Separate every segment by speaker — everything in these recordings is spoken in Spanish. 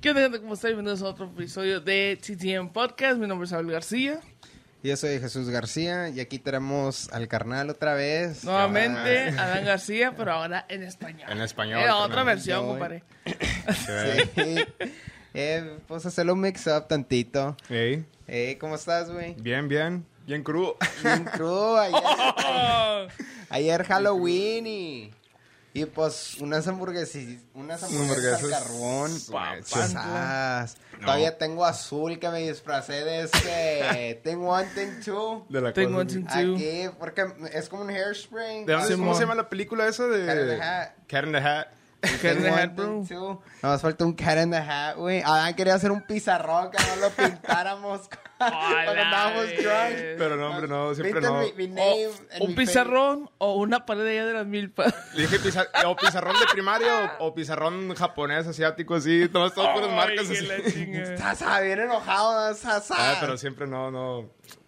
Speaker 1: ¿Qué onda, gente? ¿Cómo estáis? Bienvenidos a otro episodio de TTM Podcast. Mi nombre es Abel García.
Speaker 2: Yo soy Jesús García y aquí tenemos al carnal otra vez. Ah,
Speaker 1: Nuevamente, Adán García, pero ahora en español.
Speaker 3: En español,
Speaker 1: Era Eh, otra
Speaker 3: carnal.
Speaker 1: versión,
Speaker 2: Yo-
Speaker 1: compadre.
Speaker 2: Sí. eh, pues hacerlo un mix up tantito.
Speaker 3: Ey,
Speaker 2: Eh, ¿cómo estás, güey?
Speaker 3: bien, bien, bien crudo.
Speaker 2: Bien crudo, ayer,
Speaker 1: Oh,
Speaker 2: ayer Halloween y... Y pues unas hamburguesas, unas hamburguesas al
Speaker 3: Hamburguesas.
Speaker 2: carbón.
Speaker 3: Pa-
Speaker 2: Sas.
Speaker 3: No.
Speaker 2: Todavía tengo azul que me disfracé de este. tengo one, ten two.
Speaker 3: De la
Speaker 1: tengo
Speaker 3: cosa-
Speaker 1: un sin- two.
Speaker 2: Aquí, porque es como un hairspray.
Speaker 3: ¿De dónde- ¿Cómo
Speaker 1: Simón.
Speaker 3: se llama la película esa de...?
Speaker 2: Cat in the Hat.
Speaker 3: Cat in the Hat.
Speaker 1: Cat in the
Speaker 2: Tengo
Speaker 1: Hat,
Speaker 2: one,
Speaker 1: bro.
Speaker 2: thing, two. Nada más falta un cat in the hat, güey. Adán quería hacer un pizarrón que no lo pintáramos cu- cuando
Speaker 1: la
Speaker 2: andábamos
Speaker 1: vez.
Speaker 2: drunk.
Speaker 3: Pero no, hombre, no, siempre
Speaker 2: Pinta
Speaker 3: no.
Speaker 2: mi- mi name and
Speaker 1: Oh, ¿Un
Speaker 2: mi face.
Speaker 1: pizarrón o una pared allá de las milpas?
Speaker 3: Le dije pizar- o pizarrón de primaria o, o pizarrón japonés, asiático, así. Todas, todas puras marcas
Speaker 1: Ay, que la
Speaker 3: así.
Speaker 1: chinga.
Speaker 2: Sasa, bien enojado, sasa.
Speaker 3: Ah, pero siempre no, no...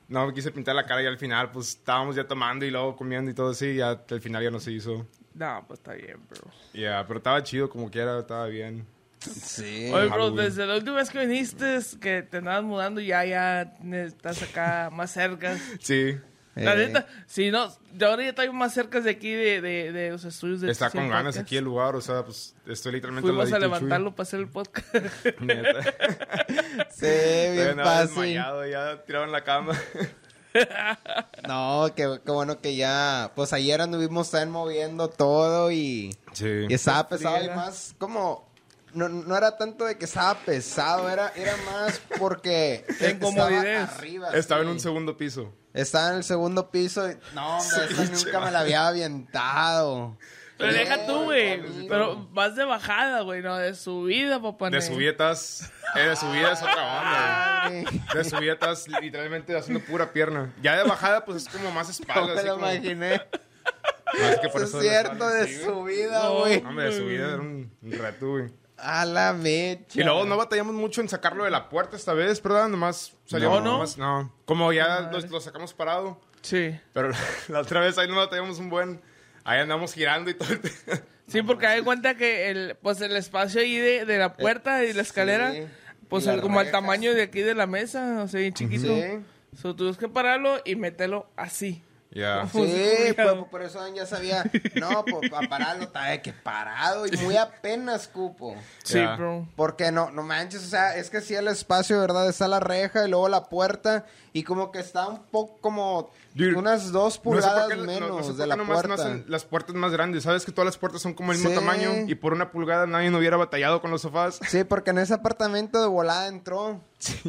Speaker 3: No me quise pintar la cara y al final, pues, estábamos ya tomando y luego comiendo y todo así. Y ya, al final ya no se hizo.
Speaker 1: No, pues está bien, bro.
Speaker 3: Ya, pero estaba chido como quiera, estaba bien.
Speaker 2: Sí.
Speaker 1: Oye, bro,
Speaker 3: Halloween.
Speaker 1: desde la última vez que viniste, es que te andabas mudando, ya, ya estás acá más cerca.
Speaker 3: Sí.
Speaker 1: La
Speaker 2: Eh.
Speaker 1: neta, si no, yo ahora ya estoy más cerca de aquí de, de, de los estudios de
Speaker 3: Está
Speaker 1: TCM
Speaker 3: con ganas
Speaker 1: Podcast.
Speaker 3: aquí el lugar, o sea, pues, estoy literalmente... al
Speaker 1: Fuimos a
Speaker 3: ladito del Chuy.
Speaker 1: levantarlo para hacer el podcast.
Speaker 3: Neta.
Speaker 2: Sí, bien
Speaker 3: Estaba
Speaker 2: fácil.
Speaker 3: desmayado, ya tirado en la cama.
Speaker 2: No, qué, qué bueno que ya. Pues ayer anduvimos también moviendo todo y.
Speaker 3: Sí.
Speaker 2: Y estaba pesado y
Speaker 1: friega.
Speaker 2: más como... No, no era tanto de que estaba pesado, era, era más porque
Speaker 1: La
Speaker 2: estaba
Speaker 1: incomodidez.
Speaker 2: arriba.
Speaker 3: Estaba en
Speaker 2: sí.
Speaker 3: un segundo piso.
Speaker 2: Estaba en el segundo piso y... No, hombre, esa nunca me la había aventado.
Speaker 1: Pero
Speaker 2: Sí,
Speaker 1: deja tú,
Speaker 2: por
Speaker 1: güey.
Speaker 2: favor.
Speaker 1: Pero vas de bajada, güey, no, de subida, papá.
Speaker 3: De
Speaker 1: ne.
Speaker 3: subietas. Eh, de subidas es otra onda.
Speaker 2: Ay,
Speaker 3: güey. De subietas, literalmente haciendo pura pierna. Ya de bajada, pues es como más
Speaker 2: No
Speaker 3: espalda.
Speaker 2: me
Speaker 3: así
Speaker 2: lo
Speaker 3: como-
Speaker 2: imaginé.
Speaker 3: No, es que por
Speaker 2: Eso
Speaker 3: eso
Speaker 2: es
Speaker 3: de la
Speaker 2: cierto
Speaker 3: espalda,
Speaker 2: de
Speaker 3: sí,
Speaker 2: su vida,
Speaker 1: No.
Speaker 2: güey.
Speaker 3: güey. Hombre, de subida era un un reto, güey.
Speaker 2: A la mecha.
Speaker 3: Y luego no batallamos mucho en sacarlo de la puerta esta vez, ¿verdad? Nomás salió.
Speaker 1: No, ¿no?
Speaker 3: nomás- no. Como ya lo,
Speaker 1: Madre.
Speaker 3: lo sacamos parado.
Speaker 1: Sí.
Speaker 3: Pero la otra vez ahí no batallamos un buen. Ahí andamos girando y todo.
Speaker 1: Sí, porque hay cuenta que el, pues el espacio ahí de, de la puerta y la escalera,
Speaker 2: sí.
Speaker 1: pues
Speaker 2: Y las
Speaker 1: como al
Speaker 2: rejas.
Speaker 1: tamaño de aquí de la mesa, o sea, bien chiquito.
Speaker 2: Sí.
Speaker 1: So, tuviste que pararlo y mételo así.
Speaker 3: Ya.
Speaker 2: Sí, pues por eso ya sabía. No, pues para pararlo, estaba que parado y muy apenas cupo.
Speaker 1: Sí,
Speaker 3: Ya.
Speaker 1: bro.
Speaker 2: Porque no, no manches, o sea, es que sí el espacio, ¿verdad? Está la reja y luego la puerta y como que está un poco como
Speaker 3: Dude,
Speaker 2: unas dos
Speaker 3: No sé por
Speaker 2: pulgadas
Speaker 3: qué no- no-
Speaker 2: menos
Speaker 3: no sé por
Speaker 2: de
Speaker 3: qué
Speaker 2: la
Speaker 3: nomás no
Speaker 2: puerta.
Speaker 3: hacen las puertas más grandes. Sabes que todas las puertas son como el mismo
Speaker 2: Sí.
Speaker 3: tamaño y por una pulgada nadie no hubiera batallado con los sofás.
Speaker 2: Sí, porque en ese apartamento de volada entró.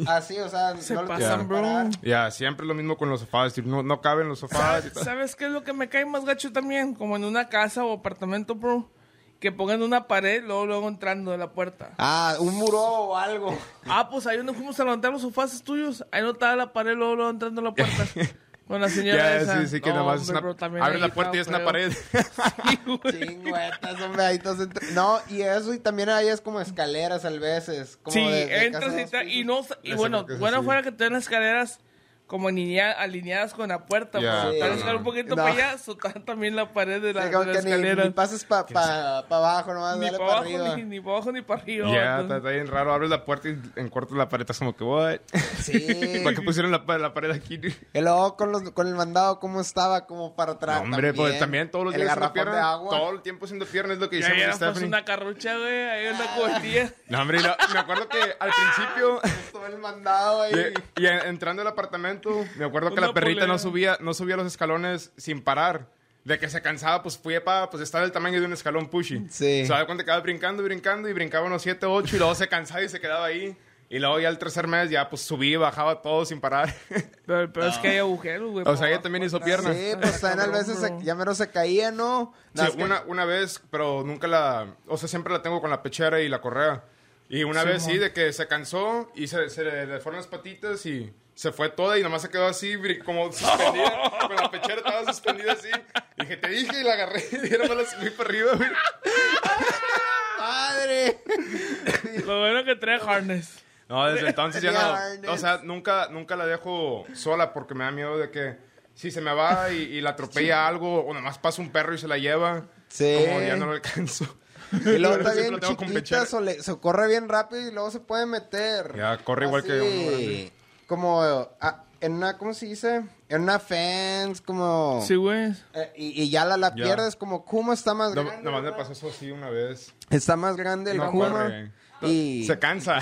Speaker 2: Así, o sea,
Speaker 1: Se
Speaker 2: no lo
Speaker 1: pasan,
Speaker 2: pasan,
Speaker 1: bro.
Speaker 3: Ya, siempre lo mismo con los sofás. dude. No, no caben los sofás. y tal.
Speaker 1: ¿Sabes qué es lo que me cae más gacho también? Como en una casa o apartamento, bro. Que pongan una pared, luego, luego entrando de la puerta.
Speaker 2: Ah, un muro o algo.
Speaker 1: Ah, pues ahí donde fuimos a levantar los sofás tuyos. Ahí no estaba la pared, luego, luego entrando a la puerta. Con la
Speaker 3: Ya,
Speaker 1: señora esa.
Speaker 3: sí, sí, que
Speaker 1: No,
Speaker 3: nomás es
Speaker 1: hombre,
Speaker 3: una-
Speaker 1: bro, también
Speaker 3: abres
Speaker 1: ahí
Speaker 3: la puerta y es
Speaker 1: estaba
Speaker 3: una
Speaker 1: feo.
Speaker 3: pared.
Speaker 1: Sí, güey.
Speaker 2: Chingüetas, hombre, ahí todos entran- No, y eso, y también ahí es como escaleras a veces. Como
Speaker 1: Sí,
Speaker 2: de- de
Speaker 1: entras
Speaker 2: casa
Speaker 1: y
Speaker 2: dos
Speaker 1: ta- y,
Speaker 2: pisos.
Speaker 1: no, sa- y
Speaker 3: Esa
Speaker 1: bueno,
Speaker 3: creo que es
Speaker 1: bueno
Speaker 3: así.
Speaker 1: fuera que te las escaleras como alinea- alineadas con la puerta,
Speaker 3: Ya,
Speaker 1: pues,
Speaker 2: Sí.
Speaker 1: tal vez
Speaker 2: no.
Speaker 1: escalar un poquito
Speaker 2: No.
Speaker 1: para allá, soltar también la pared de la,
Speaker 2: Sí, como
Speaker 1: de la
Speaker 2: que ni- ni,
Speaker 1: escalera.
Speaker 2: pases para pa, pa abajo, nomás
Speaker 1: Ni
Speaker 2: dale
Speaker 1: para
Speaker 2: para
Speaker 1: abajo,
Speaker 2: arriba.
Speaker 1: ni, ni pa' abajo, ni para arriba.
Speaker 3: Ya, está,
Speaker 1: entonces-
Speaker 3: está bien raro. Abres la puerta y encuentras la pared. Estás como que, what?
Speaker 2: Sí.
Speaker 3: ¿Para qué pusieron la, pa- la pared aquí? dude?
Speaker 2: Y luego con, los- con el mandado, ¿cómo estaba? Como para
Speaker 3: No,
Speaker 2: atrás.
Speaker 3: hombre, pues también todos los
Speaker 2: Ah, el
Speaker 3: días haciendo
Speaker 2: garrafón
Speaker 3: pierna.
Speaker 2: de agua.
Speaker 3: Todo el tiempo haciendo pierna es lo que
Speaker 1: Y
Speaker 3: dice
Speaker 1: ahí era, pues,
Speaker 3: Stephanie.
Speaker 1: una carrucha, güey, ahí una cubertilla.
Speaker 3: No, hombre, y la- me acuerdo que al principio...
Speaker 2: Todo el mandado ahí.
Speaker 3: Y, y en- entrando al apartamento, me acuerdo que
Speaker 1: Una
Speaker 3: la perrita
Speaker 1: polera.
Speaker 3: no subía, no subía los escalones sin parar. De que se cansaba, pues fui para, pues estaba el tamaño de un escalón pushy.
Speaker 2: Sí.
Speaker 3: O sea, de cuenta que quedaba brincando y brincando y brincaba unos 7, 8 y luego se cansaba y se quedaba ahí. Y luego ya el tercer mes ya pues subí y bajaba todo sin parar.
Speaker 1: Pero, pero es que hay agujeros, güey.
Speaker 3: o sea,
Speaker 1: por
Speaker 3: ella
Speaker 1: abajo,
Speaker 3: también hizo
Speaker 1: atrás.
Speaker 3: pierna.
Speaker 2: Sí, pues también a veces se- ya menos se caía, ¿no?
Speaker 3: Sí,
Speaker 2: Nada más que-
Speaker 3: una, una vez, pero nunca la... O sea, siempre la tengo con la pechera y la correa. Y una
Speaker 1: Sí,
Speaker 3: vez
Speaker 1: mo.
Speaker 3: sí, de que se cansó y se, se le, le fueron las patitas y se fue toda y nomás se quedó así, bri- como suspendida. con la pechera estaba suspendida así. Y dije, te dije y la agarré y era la subí para arriba. güey.
Speaker 2: ¡Padre!
Speaker 1: Lo bueno que trae harness.
Speaker 3: No, desde entonces ya
Speaker 2: Tenía
Speaker 3: no. O sea, nunca, nunca la dejo sola porque me da miedo de que si se me va y, y la atropella algo o nomás pasa un perro y se la lleva.
Speaker 2: Sí.
Speaker 3: Como ya no la alcanzo.
Speaker 2: Y luego está
Speaker 3: Siempre
Speaker 2: bien
Speaker 3: lo tengo con
Speaker 2: chiquita,
Speaker 3: pechera.
Speaker 2: sole- se corre bien rápido y luego se puede meter.
Speaker 3: Ya, corre igual que uno,
Speaker 2: Así, Como ah, en una, ¿cómo se dice? En una fence, como...
Speaker 1: Sí, güey.
Speaker 2: eh, y, y ya la, la
Speaker 3: Ya.
Speaker 2: pierdes, como Kuma está más
Speaker 3: No,
Speaker 2: grande.
Speaker 3: nomás me
Speaker 2: ¿verdad?
Speaker 3: pasó eso así una vez.
Speaker 2: Está más grande el
Speaker 3: No
Speaker 2: Kuma.
Speaker 3: corre.
Speaker 2: Y...
Speaker 3: Se cansa.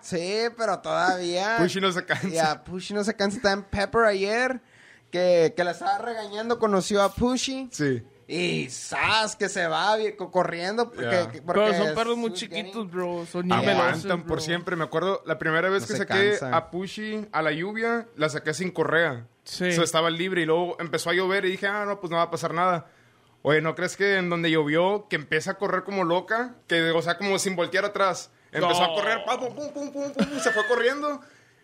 Speaker 2: Sí, pero todavía...
Speaker 3: Pushy no se cansa.
Speaker 2: Y a Pushy no se cansa. Está en Pepper ayer, que, que la estaba regañando, conoció a Pushy.
Speaker 3: Sí.
Speaker 2: Y sas que se va vie- co- corriendo porque,
Speaker 3: Ya.
Speaker 2: que- porque
Speaker 1: Pero son perros muy
Speaker 2: es-
Speaker 1: chiquitos, bro. Son bien veloces,
Speaker 3: Ah, Aguantan por
Speaker 1: bro.
Speaker 3: siempre. Me acuerdo la primera vez
Speaker 2: No
Speaker 3: que
Speaker 2: se
Speaker 3: saqué
Speaker 2: cansa.
Speaker 3: a Pushy a la lluvia, la saqué sin correa.
Speaker 1: Sí.
Speaker 3: O sea, estaba libre y luego empezó a llover y dije, ah, no, pues no va a pasar nada. Oye, ¿no crees que en donde llovió, que empieza a correr como loca? Que, o sea, como sin voltear atrás. Empezó
Speaker 1: No.
Speaker 3: a correr, pa, pum, pum, pum, pum, pum, y se fue corriendo.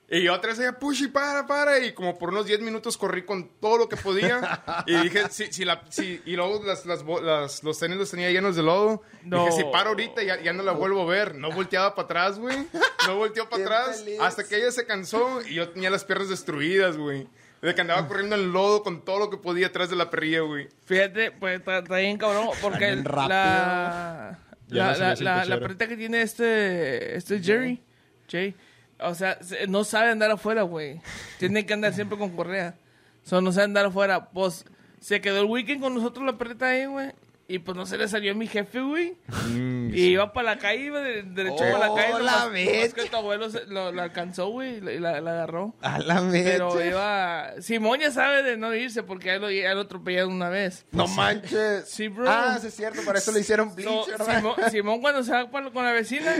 Speaker 3: Y yo atrás decía, Pushy, para, para. Y como por unos 10 minutos corrí con todo lo que podía. y dije, si, si la, si, y luego las, las bo- las- los tenis los tenía llenos de lodo.
Speaker 1: No.
Speaker 3: Dije, si paro ahorita, ya, ya no la vuelvo a ver. No volteaba para atrás, güey. No volteó para
Speaker 2: Bien
Speaker 3: atrás.
Speaker 2: feliz.
Speaker 3: Hasta que ella se cansó y yo tenía las piernas destruidas, güey. De que andaba corriendo en lodo con todo lo que podía atrás de la perrilla, güey.
Speaker 1: Fíjate, pues está, está bien cabrón, porque
Speaker 2: bien rápido.
Speaker 1: la,
Speaker 3: Ya
Speaker 1: la,
Speaker 3: no se
Speaker 1: la,
Speaker 3: le hace
Speaker 1: la-
Speaker 3: pechero.
Speaker 1: la perrita que tiene este, este Jerry, Jay, o sea, se- no sabe andar afuera, güey. Tiene que andar siempre con correa. O sea, no sabe andar afuera. Pues se quedó el weekend con nosotros la perrita ahí, güey. Y pues no se le salió a mi jefe, güey.
Speaker 3: Mm,
Speaker 1: Y iba para la calle, iba de- derecho
Speaker 2: Oh,
Speaker 1: para la calle.
Speaker 2: la
Speaker 1: nomás- nomás
Speaker 2: bestia.
Speaker 1: que tu abuelo se- lo, lo alcanzó, güey, y la- y la- la agarró.
Speaker 2: A la mecha.
Speaker 1: Pero iba. Simón ya sabe de no irse porque a él lo, ya lo atropellaron una vez.
Speaker 2: No manches.
Speaker 1: Sí, bro.
Speaker 2: Ah, sí es cierto, para eso le hicieron bleach,
Speaker 1: So,
Speaker 2: ¿verdad?
Speaker 1: Simón, Simón cuando se va pa- con la vecina,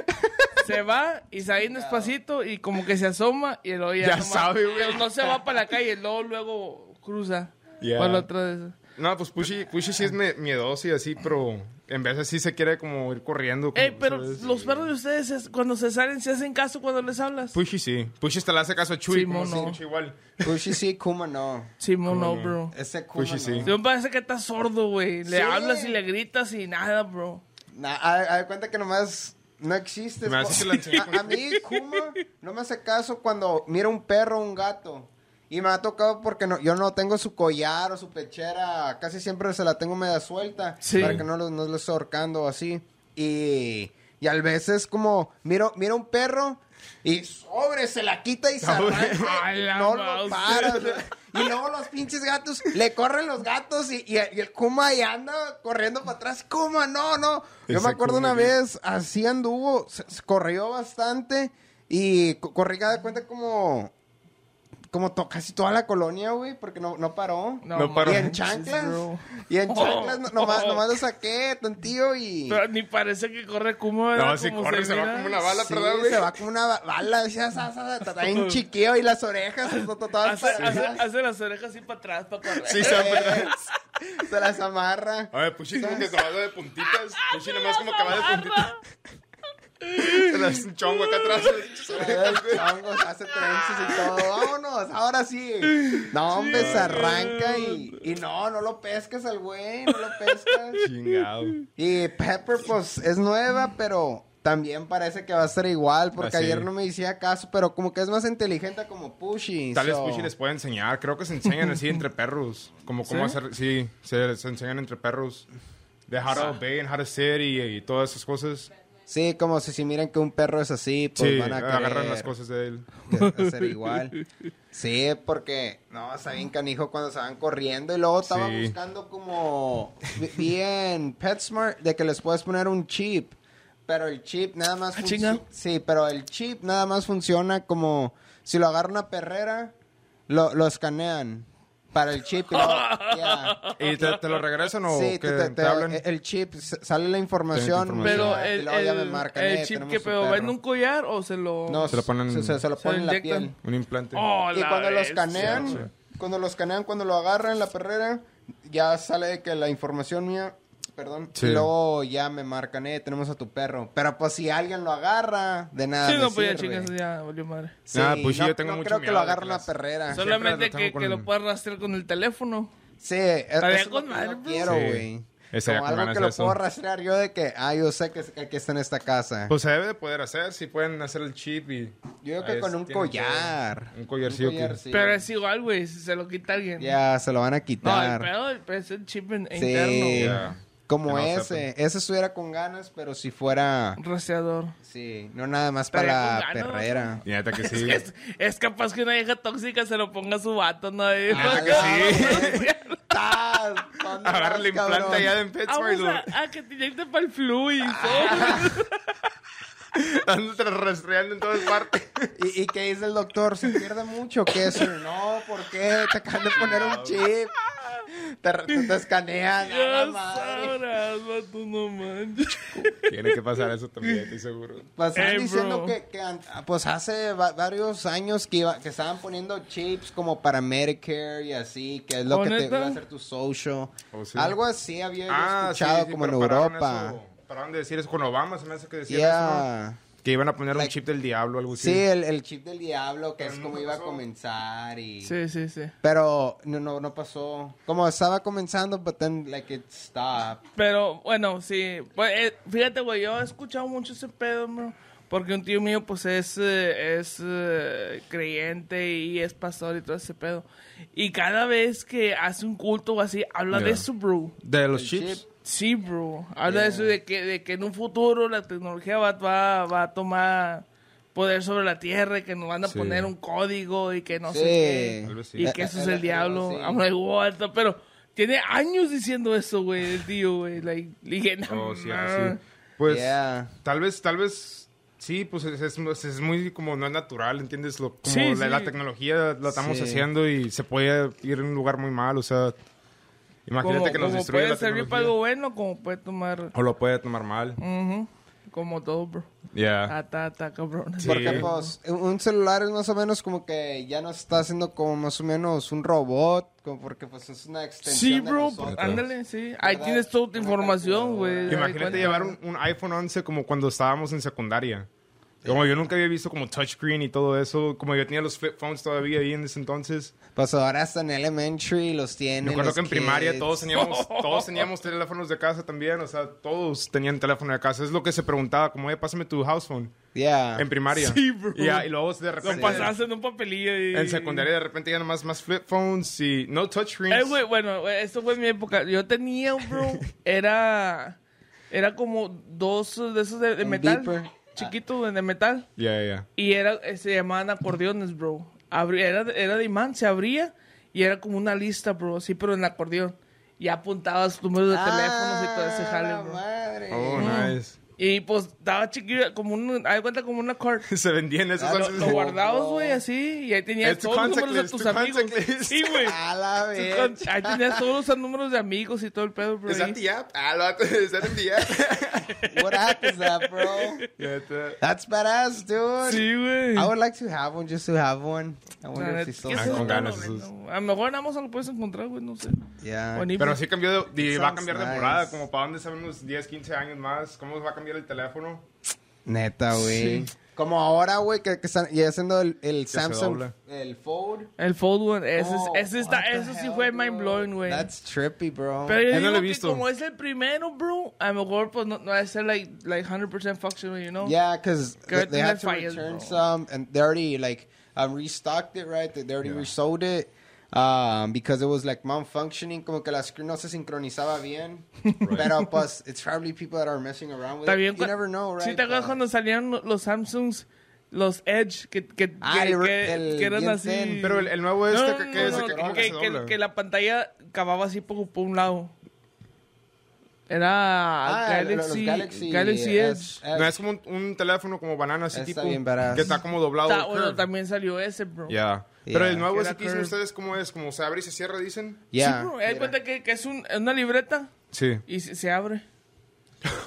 Speaker 1: se va y se va bien despacito y como que se asoma y lo
Speaker 3: Ya sabe, güey.
Speaker 1: No se va para la calle, luego, luego cruza.
Speaker 3: Yeah.
Speaker 1: Para la otra vez.
Speaker 3: No, pues Pushy, Pushy sí es me- miedoso y así, pero en veces sí se quiere como ir corriendo. como
Speaker 1: Ey, Eh, pero
Speaker 3: ¿sabes?
Speaker 1: los perros de ustedes es- cuando se salen se hacen caso cuando les hablas.
Speaker 3: Pushy sí. Pushy hasta le hace caso a Chuy.
Speaker 1: Simón,
Speaker 3: como si
Speaker 1: no.
Speaker 3: Chuy igual.
Speaker 2: Pushy sí, Kuma no.
Speaker 1: Simón no,
Speaker 3: no?
Speaker 1: bro.
Speaker 2: Ese Kuma
Speaker 3: Pushy sí.
Speaker 2: no.
Speaker 1: Simón parece que está sordo, güey. Le
Speaker 2: Sí.
Speaker 1: hablas y le gritas y nada, bro.
Speaker 2: Nah, a, a ver, cuenta que nomás no existe.
Speaker 3: Me hace que la enseñe con-
Speaker 2: a, a mí, Kuma, no me hace caso cuando mira un perro o un gato. Y me ha tocado porque no, yo no tengo su collar o su pechera. Casi siempre se la tengo media suelta.
Speaker 1: Sí.
Speaker 2: Para que no lo, no lo esté ahorcando o así. Y, y a veces como miro, mira un perro y sobre, se la quita y se arranca.
Speaker 1: A la
Speaker 2: No lo
Speaker 1: mouse.
Speaker 2: paras. güey. Y luego los pinches gatos, le corren los gatos y, y- y el Kuma ahí anda corriendo para atrás. Kuma, no, no. Yo me
Speaker 3: Ese
Speaker 2: acuerdo
Speaker 3: Kuma
Speaker 2: una
Speaker 3: que-
Speaker 2: vez, así anduvo, se- se corrió bastante y co- corrí cada cuenta como, como to- casi toda la colonia, güey, porque no, no paró.
Speaker 3: No, paró.
Speaker 2: Y
Speaker 1: manches,
Speaker 2: en chanclas,
Speaker 1: bro.
Speaker 2: y en
Speaker 1: Oh.
Speaker 2: chanclas, no- nomás, nomás lo saqué, tontío, y...
Speaker 1: Pero ni parece que corre como era.
Speaker 3: No, si corre se va como una bala,
Speaker 2: Sí,
Speaker 3: ¿verdad, güey?
Speaker 2: se va como una ba- bala, decía, sa, sa, sa, está bien chiquillo y las orejas, to- to- todas
Speaker 1: Hace,
Speaker 2: para
Speaker 1: hace-
Speaker 2: atrás.
Speaker 1: hace las orejas así para atrás para correr.
Speaker 3: Sí, se va para atrás.
Speaker 2: Eh, Se las amarra.
Speaker 3: A ver, Pushy como que se va de puntitas. Pushy nomás como que va de puntitas. Se le hace un chongo acá atrás.
Speaker 2: Chongos, Eh, hace trenzas y todo. Vámonos, ahora sí. No, hombre, se arranca y, y no, no lo pescas al güey, no lo pescas.
Speaker 3: Chingado.
Speaker 2: Y Pepper, pues, es nueva, pero también parece que va a ser igual, porque
Speaker 3: Así.
Speaker 2: ayer no me hicía caso, pero como que es más inteligente como Pushy.
Speaker 3: Tal vez
Speaker 2: so-
Speaker 3: Pushy les puede enseñar. Creo que se enseñan así entre perros. Como cómo hacer. Sí, se, se enseñan entre perros. De how to obey and how to sit y, y todas esas cosas.
Speaker 2: Sí, como si, si miran que un perro es así, pues
Speaker 3: sí,
Speaker 2: van a
Speaker 3: agarran
Speaker 2: querer
Speaker 3: las cosas de él.
Speaker 2: que- hacer igual. Sí, porque no, está bien canijo cuando se van corriendo y luego estaba
Speaker 3: Sí.
Speaker 2: buscando como vi- bien PetSmart de que les puedes poner un chip, pero el chip nada más
Speaker 1: Ah,
Speaker 2: funci-
Speaker 1: chinga.
Speaker 2: Sí, pero el chip nada más funciona como si lo agarra una perrera, lo, lo escanean para el chip y luego, ya.
Speaker 3: ¿Y te, te lo regresan o
Speaker 2: Sí,
Speaker 3: que
Speaker 2: te- te-
Speaker 3: te,
Speaker 2: te- eh,
Speaker 3: hablan?
Speaker 2: el chip, s- sale la información.
Speaker 3: información.
Speaker 1: Pero
Speaker 2: y
Speaker 1: el,
Speaker 2: luego ya me
Speaker 1: el-
Speaker 2: marcan,
Speaker 1: el
Speaker 2: eh,
Speaker 1: chip
Speaker 2: tenemos
Speaker 1: que
Speaker 2: su
Speaker 1: pero
Speaker 2: perro.
Speaker 1: va en un collar o se lo.
Speaker 2: No,
Speaker 3: Se lo ponen-
Speaker 2: se, se lo
Speaker 1: se
Speaker 2: ponen en la
Speaker 1: inyectan.
Speaker 2: piel.
Speaker 3: Un implante.
Speaker 1: Oh,
Speaker 2: Y
Speaker 1: la
Speaker 2: cuando lo
Speaker 1: bestia.
Speaker 2: escanean,
Speaker 3: sí.
Speaker 2: cuando lo escanean, cuando lo agarran la perrera, ya sale de que la información mía, perdón,
Speaker 3: Sí.
Speaker 2: y luego ya me marcan, eh, tenemos a tu perro. Pero pues si alguien lo agarra, de nada.
Speaker 1: Sí,
Speaker 2: me
Speaker 1: no, pues ya,
Speaker 2: sirve.
Speaker 1: chicas, ya valió madre.
Speaker 2: Sí,
Speaker 3: Ah, pues sí,
Speaker 2: no,
Speaker 3: yo tengo
Speaker 2: no
Speaker 3: mucho
Speaker 2: creo que
Speaker 3: miedo
Speaker 2: lo
Speaker 3: de
Speaker 2: agarra
Speaker 3: que
Speaker 2: una
Speaker 3: las-
Speaker 2: perrera.
Speaker 3: Son-
Speaker 1: Solamente
Speaker 3: lo tengo
Speaker 1: que,
Speaker 3: con
Speaker 1: que
Speaker 3: el-
Speaker 1: lo puedas rastrear con el teléfono.
Speaker 2: Sí, e, es,
Speaker 1: Estaría
Speaker 2: es lo
Speaker 1: con
Speaker 2: que
Speaker 1: madre,
Speaker 2: no
Speaker 1: bro.
Speaker 2: quiero,
Speaker 3: pues. Sí.
Speaker 2: güey.
Speaker 3: Estaría
Speaker 2: Como algo
Speaker 3: con ganas
Speaker 2: que
Speaker 3: de
Speaker 2: lo
Speaker 3: eso.
Speaker 2: puedo rastrear yo de que, ah, yo sé que, que, que está en esta casa.
Speaker 3: Pues se debe de poder hacer, si pueden hacer el chip y...
Speaker 2: Yo creo que
Speaker 3: Ahí
Speaker 2: con un
Speaker 3: tienen
Speaker 2: collar.
Speaker 3: todo. Un collarcillo. que-
Speaker 2: collar, sí.
Speaker 1: Pero es igual, güey, si se lo quita alguien.
Speaker 2: Ya, se lo van a
Speaker 1: No, el
Speaker 2: quitar.
Speaker 1: pedo el- es el chip en-
Speaker 2: Sí.
Speaker 1: interno. güey.
Speaker 3: Ya.
Speaker 2: Como
Speaker 3: Que no
Speaker 2: ese. Ese estuviera con ganas, pero si fuera...
Speaker 1: Un Rastreador.
Speaker 2: Sí, no nada más
Speaker 1: Estaría
Speaker 2: para la
Speaker 1: con ganas.
Speaker 2: perrera.
Speaker 3: Y neta que
Speaker 1: Es,
Speaker 3: sí.
Speaker 1: que es- es capaz que una vieja tóxica se lo ponga a su vato,
Speaker 2: Ah,
Speaker 1: ¿no?
Speaker 3: Neta que sí.
Speaker 2: ¡Tas!
Speaker 1: Ah,
Speaker 2: ¿Dónde
Speaker 3: Agarra
Speaker 2: vas,
Speaker 3: la
Speaker 2: cabrón?
Speaker 3: implanta allá en Pittsburgh.
Speaker 1: Vamos
Speaker 3: y lo-
Speaker 1: a, a que te inyecten para el flu y
Speaker 2: Ah,
Speaker 3: Ando tras- rastreando en todas partes.
Speaker 2: ¿Y, y qué dice el doctor? ¿Se pierde mucho? ¿Qué es? No, ¿por qué? Te acaban de poner un chip. Te, te, te escanean. a la
Speaker 1: Dios
Speaker 2: madre.
Speaker 1: sabrás, vato, no manches.
Speaker 3: Tiene que pasar eso también, estoy seguro.
Speaker 2: Pues están
Speaker 1: Eh,
Speaker 2: diciendo
Speaker 1: bro.
Speaker 2: que, que an- pues hace va- varios años que, iba- que estaban poniendo chips como para Medicare y así, que es lo
Speaker 1: ¿Oh,
Speaker 2: que te
Speaker 1: neta?
Speaker 2: iba a hacer tu social.
Speaker 3: Oh, sí. Ah,
Speaker 2: Algo así había yo
Speaker 3: sí,
Speaker 2: escuchado
Speaker 3: sí,
Speaker 2: como en
Speaker 3: pero pararon
Speaker 2: Europa.
Speaker 3: eso- Pararon de decir eso con Obama, se me hace que decían eso,
Speaker 2: Yeah.
Speaker 3: ¿no? Que iban a poner un
Speaker 2: Like-
Speaker 3: chip del diablo o algo así.
Speaker 2: Sí, el, el chip del diablo, que
Speaker 3: Pero
Speaker 2: es
Speaker 3: nunca
Speaker 2: como iba a
Speaker 3: pasó.
Speaker 2: comenzar y...
Speaker 1: Sí, sí, sí.
Speaker 2: Pero no, no, no pasó. Como estaba comenzando, but then, like, it stopped.
Speaker 1: Pero bueno, sí. Pues, eh, fíjate, güey, yo he escuchado mucho ese pedo, bro. Porque un tío mío, pues, es, eh, es eh, creyente y es pastor y todo ese pedo. Y cada vez que hace un culto o así, habla de
Speaker 3: Ya.
Speaker 1: eso, bro.
Speaker 3: De los
Speaker 2: El
Speaker 3: chips.
Speaker 2: chip.
Speaker 1: Sí, bro. Habla de eso de que, de que en un futuro la tecnología va, va, va a tomar poder sobre la tierra y que nos van a
Speaker 3: Sí.
Speaker 1: poner un código y que no
Speaker 2: Sí.
Speaker 1: sé qué.
Speaker 3: Algo así.
Speaker 1: Y que eso es
Speaker 2: Eh,
Speaker 1: el
Speaker 2: eh,
Speaker 1: diablo.
Speaker 2: sí.
Speaker 1: I'm like, what the- Pero tiene años diciendo eso, güey, el tío, güey. Like, dije, no,
Speaker 3: Oh, sí,
Speaker 1: ma.
Speaker 3: así. Pues
Speaker 2: Yeah.
Speaker 3: tal vez, tal vez, sí, pues es, es- es- es muy como no es natural, ¿entiendes? Lo, como
Speaker 1: Sí,
Speaker 3: la,
Speaker 1: sí.
Speaker 3: la tecnología la estamos
Speaker 2: Sí.
Speaker 3: haciendo y se puede ir a un lugar muy mal, o sea, imagínate
Speaker 1: Como,
Speaker 3: que nos
Speaker 1: como
Speaker 3: destruye
Speaker 1: puede
Speaker 3: la
Speaker 1: servir para algo Mm.
Speaker 3: tecnología.
Speaker 1: bueno, como puede tomar.
Speaker 3: O lo puede tomar mal.
Speaker 1: Ujú. como todo, bro.
Speaker 2: Ah,
Speaker 3: Yeah.
Speaker 1: Ata, ata, cabrón.
Speaker 3: Ah. Sí.
Speaker 2: Porque, pues, un celular es más o menos como que ya nos está haciendo como más o menos un robot. Como porque, pues, es una extensión
Speaker 1: Sí,
Speaker 2: de
Speaker 1: bro, pues,
Speaker 2: nosotros.
Speaker 1: ándale, sí. Ahí
Speaker 2: ¿Verdad?
Speaker 1: tienes toda tu
Speaker 2: Una
Speaker 1: información,
Speaker 2: calculadora.
Speaker 1: güey.
Speaker 3: Imagínate llevar un, un iPhone 11 como cuando estábamos en secundaria. Como yo nunca había visto como touchscreen y todo eso, como yo tenía los flip phones todavía ahí en ese entonces.
Speaker 2: Pues ahora hasta en elementary los tienen.
Speaker 3: Me acuerdo
Speaker 2: los
Speaker 3: que en primaria
Speaker 2: kids.
Speaker 3: todos teníamos, todos teníamos teléfonos de casa también, o sea, todos tenían teléfono de casa. Es lo que se preguntaba, como, oye, pásame tu house phone
Speaker 2: Yeah.
Speaker 3: en primaria.
Speaker 1: Ah. Sí, bro.
Speaker 3: Y, ya- y luego de
Speaker 1: Lo
Speaker 3: repente,
Speaker 1: pasaste en un papelillo. Y...
Speaker 3: en secundaria de repente ya nomás más flip phones y no touchscreens.
Speaker 1: Eh, güey, bueno, güey, esto fue en mi época. Yo tenía, bro, era. Era como dos de esos de, de
Speaker 2: Un
Speaker 1: metal.
Speaker 2: beeper.
Speaker 1: Chiquito, de- de metal.
Speaker 3: Ya, ya,
Speaker 1: Y era, eh, se llamaban acordeones, bro. Abri- era, de- era de imán, se abría y era como una lista, bro, sí, pero en acordeón. Y apuntabas tu número de teléfonos y todo ese
Speaker 2: Ah,
Speaker 1: jale,
Speaker 2: la
Speaker 1: bro.
Speaker 2: madre.
Speaker 3: ya. Oh, nice.
Speaker 1: Y pues estaba chiquillo, como un, haz de cuenta como una card.
Speaker 3: Se vendían esos
Speaker 1: Ah, Lo,
Speaker 3: antes.
Speaker 1: lo guardabas,
Speaker 2: bro.
Speaker 1: güey, así, y ahí tenías
Speaker 3: Es tu
Speaker 1: todos los
Speaker 3: contact
Speaker 1: números de
Speaker 3: list,
Speaker 1: tus
Speaker 3: tu
Speaker 1: amigos.
Speaker 3: contact list.
Speaker 1: Sí, güey.
Speaker 2: A la vez.
Speaker 1: Con- Ahí tenías todos los números de amigos y todo el pedo, bro.
Speaker 3: ¿Es
Speaker 1: ahí.
Speaker 3: anti-app? Ah, lo es anti-app.
Speaker 2: What happens that, bro?
Speaker 3: Ya está.
Speaker 2: That's badass, dude.
Speaker 1: Sí, güey.
Speaker 2: I would like to have one, just to have one. I
Speaker 1: La
Speaker 2: wonder
Speaker 1: neta es
Speaker 2: if it's
Speaker 1: que eso
Speaker 2: still
Speaker 3: Ah, con
Speaker 1: no lo
Speaker 3: ganas,
Speaker 1: venden,
Speaker 3: eso
Speaker 1: güey. A lo mejor en Amazon lo puedes encontrar, güey, no sé.
Speaker 2: Yeah.
Speaker 1: O en eBay.
Speaker 3: Pero sí cambió de, y va a cambiar de
Speaker 2: Sounds
Speaker 3: morada,
Speaker 2: nice.
Speaker 3: como para dónde saben unos 10, 15 años más, cómo va a cambiar el teléfono.
Speaker 2: Neta,
Speaker 1: Sí.
Speaker 2: güey. Como ahora, güey, que, que están ya haciendo el, el
Speaker 3: se
Speaker 2: Samsung,
Speaker 3: dobla.
Speaker 2: el Fold.
Speaker 1: El Fold One, ese, es-
Speaker 2: Oh,
Speaker 1: ese está,
Speaker 2: what the
Speaker 1: eso sí
Speaker 2: hell,
Speaker 1: fue
Speaker 2: dude.
Speaker 1: mind blowing, güey.
Speaker 2: That's trippy, bro.
Speaker 1: Pero yo
Speaker 3: Eh, no
Speaker 1: digo
Speaker 3: lo he
Speaker 1: que
Speaker 3: visto.
Speaker 1: como es el primero, bro, a lo mejor pues no, no va a ser like, like 100% functional, you know?
Speaker 2: yeah, because
Speaker 1: Que
Speaker 2: they, they have
Speaker 1: tiene
Speaker 2: to
Speaker 1: fallas,
Speaker 2: return
Speaker 1: bro.
Speaker 2: some, and they already like um, restocked it, right? They they already
Speaker 3: Yeah.
Speaker 2: resold it um, because it was like malfunctioning, como que la screen no se sincronizaba bien. Pero pues, it's probably people that are messing around with
Speaker 1: También
Speaker 2: it. You
Speaker 1: cua-
Speaker 2: never know, right?
Speaker 1: Sí, te acuerdas
Speaker 2: But-
Speaker 1: cuando salieron lo- los Samsungs, los Edge, que, que,
Speaker 2: Ah,
Speaker 1: que,
Speaker 2: el-
Speaker 1: que-
Speaker 2: el
Speaker 1: que eran
Speaker 2: bien
Speaker 1: así.
Speaker 2: thin.
Speaker 3: Pero el, el nuevo este,
Speaker 1: No,
Speaker 3: que,
Speaker 1: no,
Speaker 3: que es
Speaker 1: no,
Speaker 3: el que
Speaker 1: no,
Speaker 3: como que
Speaker 1: que-
Speaker 3: se
Speaker 1: que-
Speaker 3: dobla.
Speaker 1: que la pantalla acababa así por, por un lado. Era
Speaker 2: Ah, lo- los
Speaker 1: Galaxy, Galaxy, Edge.
Speaker 2: S-
Speaker 3: No, es como un, un teléfono como banana así
Speaker 2: Está
Speaker 3: tipo.
Speaker 2: bien badass.
Speaker 3: Que está como doblado.
Speaker 1: Ta-
Speaker 3: el
Speaker 1: bueno,
Speaker 3: curve.
Speaker 1: también salió ese, bro.
Speaker 3: Yeah. Pero
Speaker 2: Yeah.
Speaker 3: el nuevo
Speaker 1: Era
Speaker 3: ese que dicen
Speaker 1: curve.
Speaker 3: ustedes, ¿cómo es? ¿Cómo se abre y se cierra, dicen?
Speaker 2: Yeah.
Speaker 1: Sí, bro, haz de cuenta que, que es un- es una libreta
Speaker 3: Sí.
Speaker 1: y se, se abre.